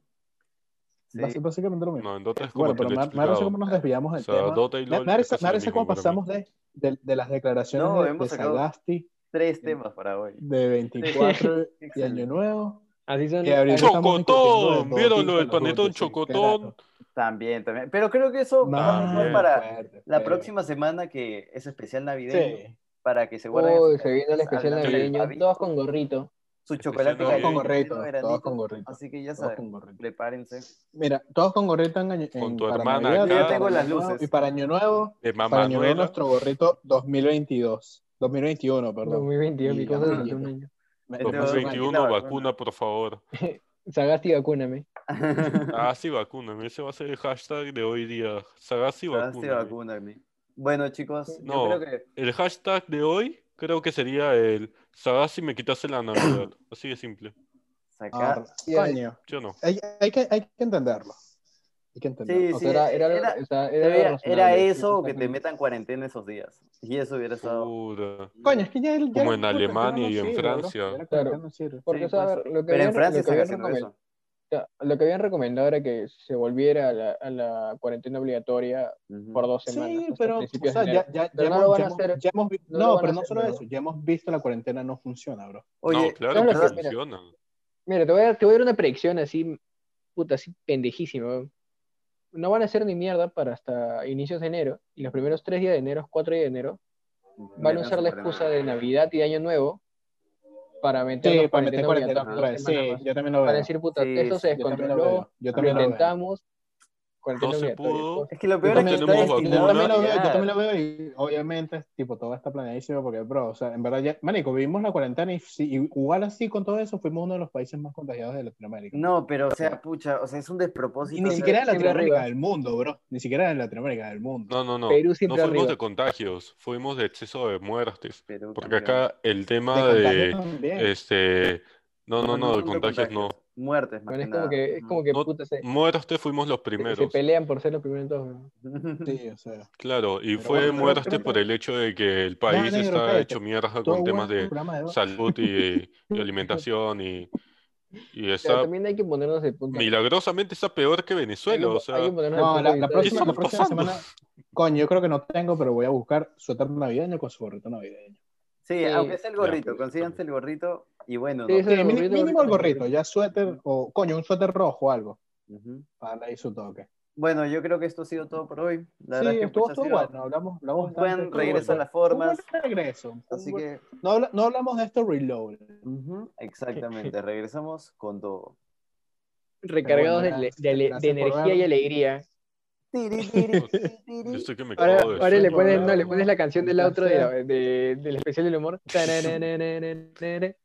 [SPEAKER 3] Sí.
[SPEAKER 1] Bás- Básicamente lo mismo.
[SPEAKER 2] No, en Dota es como
[SPEAKER 1] Bueno,
[SPEAKER 2] te
[SPEAKER 1] pero me
[SPEAKER 2] lo he
[SPEAKER 1] me da risa
[SPEAKER 2] explicado.
[SPEAKER 1] cómo nos desviamos
[SPEAKER 2] O
[SPEAKER 1] del
[SPEAKER 2] sea,
[SPEAKER 1] tema.
[SPEAKER 2] Dota y
[SPEAKER 1] Me
[SPEAKER 2] LoL
[SPEAKER 1] me da risa
[SPEAKER 2] es
[SPEAKER 1] me da
[SPEAKER 2] lo
[SPEAKER 1] risa
[SPEAKER 2] mismo
[SPEAKER 1] cómo
[SPEAKER 2] para mí.
[SPEAKER 1] pasamos de, de- de las declaraciones
[SPEAKER 3] No,
[SPEAKER 1] de,
[SPEAKER 3] hemos
[SPEAKER 1] de
[SPEAKER 3] sacado-
[SPEAKER 1] Sagasti,
[SPEAKER 3] Tres temas para hoy.
[SPEAKER 1] de 24 y
[SPEAKER 3] Excelente.
[SPEAKER 1] Año Nuevo.
[SPEAKER 4] Así son.
[SPEAKER 1] Y ahorita
[SPEAKER 4] así-
[SPEAKER 1] estamos discutiendo de
[SPEAKER 2] ¡Chocotón!
[SPEAKER 1] Dota
[SPEAKER 2] ¿Vieron
[SPEAKER 1] y
[SPEAKER 2] lo del
[SPEAKER 1] Call of Duty,
[SPEAKER 2] panetón
[SPEAKER 1] sí,
[SPEAKER 2] chocotón?
[SPEAKER 3] También, también. Pero creo que eso
[SPEAKER 1] No,
[SPEAKER 3] va a ser
[SPEAKER 2] También.
[SPEAKER 3] para
[SPEAKER 1] fuerte,
[SPEAKER 3] la
[SPEAKER 1] fuerte.
[SPEAKER 3] próxima semana que es especial navideño.
[SPEAKER 1] Sí.
[SPEAKER 3] Para que se guarden.
[SPEAKER 4] Uy,
[SPEAKER 3] esas
[SPEAKER 4] se viene el
[SPEAKER 3] cosas,
[SPEAKER 4] especial
[SPEAKER 3] hablando de
[SPEAKER 4] navideño.
[SPEAKER 3] Javi,
[SPEAKER 4] Todos con gorrito.
[SPEAKER 3] Su
[SPEAKER 2] Especial
[SPEAKER 3] chocolate
[SPEAKER 1] Todos
[SPEAKER 2] navideño.
[SPEAKER 1] con
[SPEAKER 2] Sí.
[SPEAKER 1] gorrito,
[SPEAKER 3] caliente,
[SPEAKER 1] todos con
[SPEAKER 3] granito.
[SPEAKER 1] gorrito.
[SPEAKER 3] Así que ya
[SPEAKER 1] Todos
[SPEAKER 3] saben,
[SPEAKER 1] con gorrito.
[SPEAKER 3] prepárense.
[SPEAKER 1] Mira, todos con gorrito en, año-
[SPEAKER 2] Con
[SPEAKER 1] en-
[SPEAKER 2] tu
[SPEAKER 1] para
[SPEAKER 2] hermana
[SPEAKER 1] Navidad,
[SPEAKER 2] acá. Yo
[SPEAKER 1] para
[SPEAKER 3] tengo las
[SPEAKER 1] Año Nuevo,
[SPEAKER 3] luces.
[SPEAKER 1] Y para Año Nuevo,
[SPEAKER 2] De
[SPEAKER 1] para Año Nuevo
[SPEAKER 2] Mamanuela.
[SPEAKER 1] nuestro gorrito 2022. 2021, perdón.
[SPEAKER 4] 2022, mi
[SPEAKER 1] Y
[SPEAKER 4] causa
[SPEAKER 1] amarillo.
[SPEAKER 4] durante un año.
[SPEAKER 1] Me-
[SPEAKER 3] Este
[SPEAKER 1] me hace mal.
[SPEAKER 2] 2021,
[SPEAKER 3] vacuna.
[SPEAKER 2] vacuna, por favor.
[SPEAKER 4] Sagasti, vacúname.
[SPEAKER 2] Ah, sí, vacúname. Ese va a ser el hashtag de hoy día. Sagasti,
[SPEAKER 3] Hazte
[SPEAKER 2] vacúname.
[SPEAKER 3] vacúname. Bueno, chicos,
[SPEAKER 2] No.
[SPEAKER 3] yo creo que
[SPEAKER 2] El hashtag de hoy creo que sería el Sagasti me quitase la Navidad. Así de simple.
[SPEAKER 3] sacar.
[SPEAKER 1] Ah, coño.
[SPEAKER 2] Yo no.
[SPEAKER 1] Hay, hay que, hay que entenderlo. Hay que entenderlo.
[SPEAKER 3] Sí,
[SPEAKER 4] O
[SPEAKER 3] sí,
[SPEAKER 4] sea, era, era,
[SPEAKER 3] era-
[SPEAKER 4] o sea, era
[SPEAKER 3] Era,
[SPEAKER 4] razonable,
[SPEAKER 3] era
[SPEAKER 4] sí,
[SPEAKER 3] eso o que te
[SPEAKER 4] exactamente.
[SPEAKER 3] metan cuarentena esos días. Y eso hubiera estado.
[SPEAKER 2] Pura.
[SPEAKER 1] Coño, es que ya, el- ya
[SPEAKER 2] Como
[SPEAKER 1] la
[SPEAKER 2] en
[SPEAKER 1] cuarentena
[SPEAKER 2] Alemania
[SPEAKER 1] no
[SPEAKER 2] y en
[SPEAKER 1] sirve,
[SPEAKER 2] Francia.
[SPEAKER 1] bro. Ya la
[SPEAKER 4] Claro.
[SPEAKER 1] cuarentena no sirve.
[SPEAKER 4] Porque,
[SPEAKER 3] Sí,
[SPEAKER 4] o sea, a
[SPEAKER 3] pues,
[SPEAKER 4] ver, lo que
[SPEAKER 3] Pero en
[SPEAKER 4] habían-
[SPEAKER 3] Francia
[SPEAKER 4] lo que
[SPEAKER 3] están
[SPEAKER 4] habían
[SPEAKER 3] haciendo
[SPEAKER 4] recomendado-
[SPEAKER 3] eso.
[SPEAKER 4] O sea, Lo que habían recomendado era que se volviera a la, a la cuarentena obligatoria
[SPEAKER 3] Ujú.
[SPEAKER 4] por dos semanas.
[SPEAKER 1] Sí,
[SPEAKER 4] hasta
[SPEAKER 1] pero o
[SPEAKER 4] principios de
[SPEAKER 1] sea,
[SPEAKER 4] enero.
[SPEAKER 1] ya, ya,
[SPEAKER 4] Pero
[SPEAKER 1] ya
[SPEAKER 4] no
[SPEAKER 1] hemos-
[SPEAKER 4] lo van
[SPEAKER 1] ya
[SPEAKER 4] a
[SPEAKER 1] hemos-
[SPEAKER 4] hacer.
[SPEAKER 1] ya hemos vi-
[SPEAKER 4] No
[SPEAKER 1] No,
[SPEAKER 4] lo van
[SPEAKER 1] pero
[SPEAKER 4] a
[SPEAKER 1] no
[SPEAKER 4] hacer,
[SPEAKER 1] solo
[SPEAKER 4] pero-
[SPEAKER 1] eso, ya hemos visto la cuarentena no funciona, bro.
[SPEAKER 3] Oye,
[SPEAKER 2] no, claro
[SPEAKER 4] ¿sabes
[SPEAKER 2] que
[SPEAKER 4] lo que- mira?
[SPEAKER 2] funciona.
[SPEAKER 4] Mira, te voy, a, te voy a dar una predicción así, puta, así pendejísima. weón. No van a hacer ni mierda para hasta inicios de enero. Y los primeros tres días de enero, cuatro días de enero, van a usar la excusa de Navidad y de Año Nuevo para meter
[SPEAKER 1] Sí,
[SPEAKER 4] la
[SPEAKER 1] para meter cuarentena
[SPEAKER 4] obligatoria
[SPEAKER 1] otra
[SPEAKER 4] dos
[SPEAKER 1] vez.
[SPEAKER 4] semanas
[SPEAKER 1] Sí,
[SPEAKER 4] más.
[SPEAKER 1] yo también lo
[SPEAKER 4] Van a
[SPEAKER 1] veo.
[SPEAKER 4] decir, puta,
[SPEAKER 3] Sí,
[SPEAKER 4] esto se
[SPEAKER 1] Yo también lo
[SPEAKER 4] descontroló,
[SPEAKER 1] veo. Yo
[SPEAKER 4] lo
[SPEAKER 1] también lo veo.
[SPEAKER 4] intentamos, cuarentena
[SPEAKER 2] No se
[SPEAKER 4] obligatoria.
[SPEAKER 2] pudo.
[SPEAKER 3] Es que lo
[SPEAKER 1] Yo
[SPEAKER 3] peor es que
[SPEAKER 1] también,
[SPEAKER 2] no
[SPEAKER 1] yo,
[SPEAKER 3] está
[SPEAKER 2] tenemos
[SPEAKER 1] también- yo
[SPEAKER 3] destinado
[SPEAKER 1] también lo
[SPEAKER 3] a
[SPEAKER 1] veo, yo
[SPEAKER 3] fallar.
[SPEAKER 1] también lo veo y obviamente tipo, todo está planeadísimo porque, bro, o sea, en verdad, ya, manico, vivimos la cuarentena y, si- y igual así con todo eso fuimos uno de los países más contagiados de Latinoamérica.
[SPEAKER 3] No, pero o sea, pucha, o sea, es un
[SPEAKER 1] y
[SPEAKER 3] despropósito.
[SPEAKER 1] ni
[SPEAKER 3] o sea,
[SPEAKER 1] siquiera de
[SPEAKER 4] siempre
[SPEAKER 1] Latinoamérica
[SPEAKER 4] arriba.
[SPEAKER 1] del mundo, bro. Ni siquiera de Latinoamérica del mundo.
[SPEAKER 2] No, no, no.
[SPEAKER 4] Perú
[SPEAKER 2] No
[SPEAKER 4] siempre
[SPEAKER 2] fuimos
[SPEAKER 4] arriba.
[SPEAKER 2] de contagios, fuimos de exceso de muertes.
[SPEAKER 3] Perú
[SPEAKER 2] Porque
[SPEAKER 3] campeón.
[SPEAKER 2] acá el tema
[SPEAKER 1] De contagio
[SPEAKER 2] de
[SPEAKER 1] también.
[SPEAKER 2] este. No, no,
[SPEAKER 3] No, no,
[SPEAKER 2] no, de
[SPEAKER 3] no, no,
[SPEAKER 2] contagios no.
[SPEAKER 3] contagios. Muertes, más
[SPEAKER 4] Bueno, es
[SPEAKER 3] que
[SPEAKER 4] como
[SPEAKER 3] nada.
[SPEAKER 4] que, es como que
[SPEAKER 2] No-
[SPEAKER 4] puta, se, se-
[SPEAKER 2] Muerte fuimos los
[SPEAKER 4] se
[SPEAKER 2] primeros.
[SPEAKER 4] pelean por ser los primeros todos. weón.
[SPEAKER 1] Sí, o sea.
[SPEAKER 2] Claro, y
[SPEAKER 1] Pero
[SPEAKER 2] fue
[SPEAKER 1] bueno, pero-
[SPEAKER 2] muerte
[SPEAKER 1] pero-
[SPEAKER 2] por el hecho de que el país
[SPEAKER 1] negro,
[SPEAKER 2] está
[SPEAKER 1] cállate.
[SPEAKER 2] hecho mierda
[SPEAKER 1] Todo
[SPEAKER 2] con temas
[SPEAKER 1] bueno,
[SPEAKER 2] de
[SPEAKER 1] programa de dos.
[SPEAKER 2] salud y, y alimentación y, y
[SPEAKER 4] Pero
[SPEAKER 2] está
[SPEAKER 4] también hay que ponernos de punto.
[SPEAKER 2] milagrosamente está peor que Venezuela, o sea,
[SPEAKER 1] No, la, la
[SPEAKER 2] ¿Qué
[SPEAKER 1] próxima,
[SPEAKER 2] está
[SPEAKER 1] la próxima
[SPEAKER 2] pasando?
[SPEAKER 1] semana. Coño, yo creo que no tengo, pero voy a buscar suéter navideño con su gorrito navideño.
[SPEAKER 3] Sí,
[SPEAKER 4] Sí.
[SPEAKER 3] aunque sea el gorrito,
[SPEAKER 2] Ya, pues,
[SPEAKER 3] consíganse el gorrito y bueno,
[SPEAKER 4] Sí,
[SPEAKER 3] no.
[SPEAKER 4] sí.
[SPEAKER 1] Sí,
[SPEAKER 4] el
[SPEAKER 1] mini-
[SPEAKER 4] gorrito,
[SPEAKER 1] mínimo el
[SPEAKER 4] gorrito.
[SPEAKER 1] gorrito, ya suéter, o coño, un suéter rojo o algo,
[SPEAKER 3] Ujú.
[SPEAKER 1] para ahí su toque.
[SPEAKER 3] Bueno, yo creo que esto ha sido todo por hoy. La
[SPEAKER 1] sí,
[SPEAKER 3] verdad es que
[SPEAKER 1] estuvo,
[SPEAKER 3] pucha,
[SPEAKER 1] estuvo
[SPEAKER 3] ha sido
[SPEAKER 1] bueno, hablamos, hablamos
[SPEAKER 3] un
[SPEAKER 1] bastante,
[SPEAKER 3] buen
[SPEAKER 1] estuvo
[SPEAKER 3] regreso a
[SPEAKER 1] bueno.
[SPEAKER 3] las formas.
[SPEAKER 1] Un buen regreso.
[SPEAKER 3] Así
[SPEAKER 1] Un buen-
[SPEAKER 3] que,
[SPEAKER 1] no, habla- no hablamos de esto reload.
[SPEAKER 3] ujú, exactamente, regresamos con todo.
[SPEAKER 4] Recargados de,
[SPEAKER 1] Pero bueno,
[SPEAKER 4] ale- de ale- de
[SPEAKER 1] gracias por
[SPEAKER 4] energía
[SPEAKER 1] vernos.
[SPEAKER 4] y alegría.
[SPEAKER 3] Tiri, tiri,
[SPEAKER 2] yo
[SPEAKER 3] tiri.
[SPEAKER 2] estoy que me
[SPEAKER 4] Ahora,
[SPEAKER 2] cago de
[SPEAKER 4] ahora le
[SPEAKER 2] sueño,
[SPEAKER 4] pones,
[SPEAKER 2] ¿verdad?
[SPEAKER 4] no, le pones la canción del
[SPEAKER 1] Un
[SPEAKER 4] otro de la-
[SPEAKER 1] placer.
[SPEAKER 4] de- del especial del humor. Tararararararara.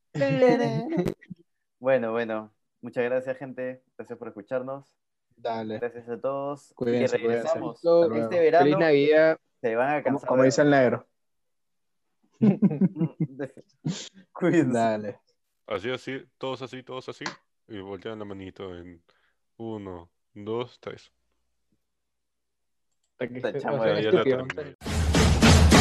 [SPEAKER 3] Bueno, bueno, muchas gracias, gente. Gracias por escucharnos.
[SPEAKER 1] Dale.
[SPEAKER 3] Gracias a todos.
[SPEAKER 1] Cuídense,
[SPEAKER 3] y
[SPEAKER 1] cuídense.
[SPEAKER 3] regresamos.
[SPEAKER 4] Hasta
[SPEAKER 1] luego.
[SPEAKER 3] Este
[SPEAKER 4] Feliz
[SPEAKER 3] verano
[SPEAKER 4] Navidad.
[SPEAKER 3] se van
[SPEAKER 1] Como,
[SPEAKER 3] a cansar.
[SPEAKER 1] como
[SPEAKER 3] de-
[SPEAKER 1] dice el negro.
[SPEAKER 3] de- Cuídense.
[SPEAKER 1] Dale.
[SPEAKER 2] Así, así, todos así, todos así, y voltean la manito en uno, dos, tres.
[SPEAKER 4] Hasta que-
[SPEAKER 3] Te
[SPEAKER 4] o sea,
[SPEAKER 3] chamo,
[SPEAKER 2] Ya, ya la
[SPEAKER 4] estúpido.
[SPEAKER 2] terminé.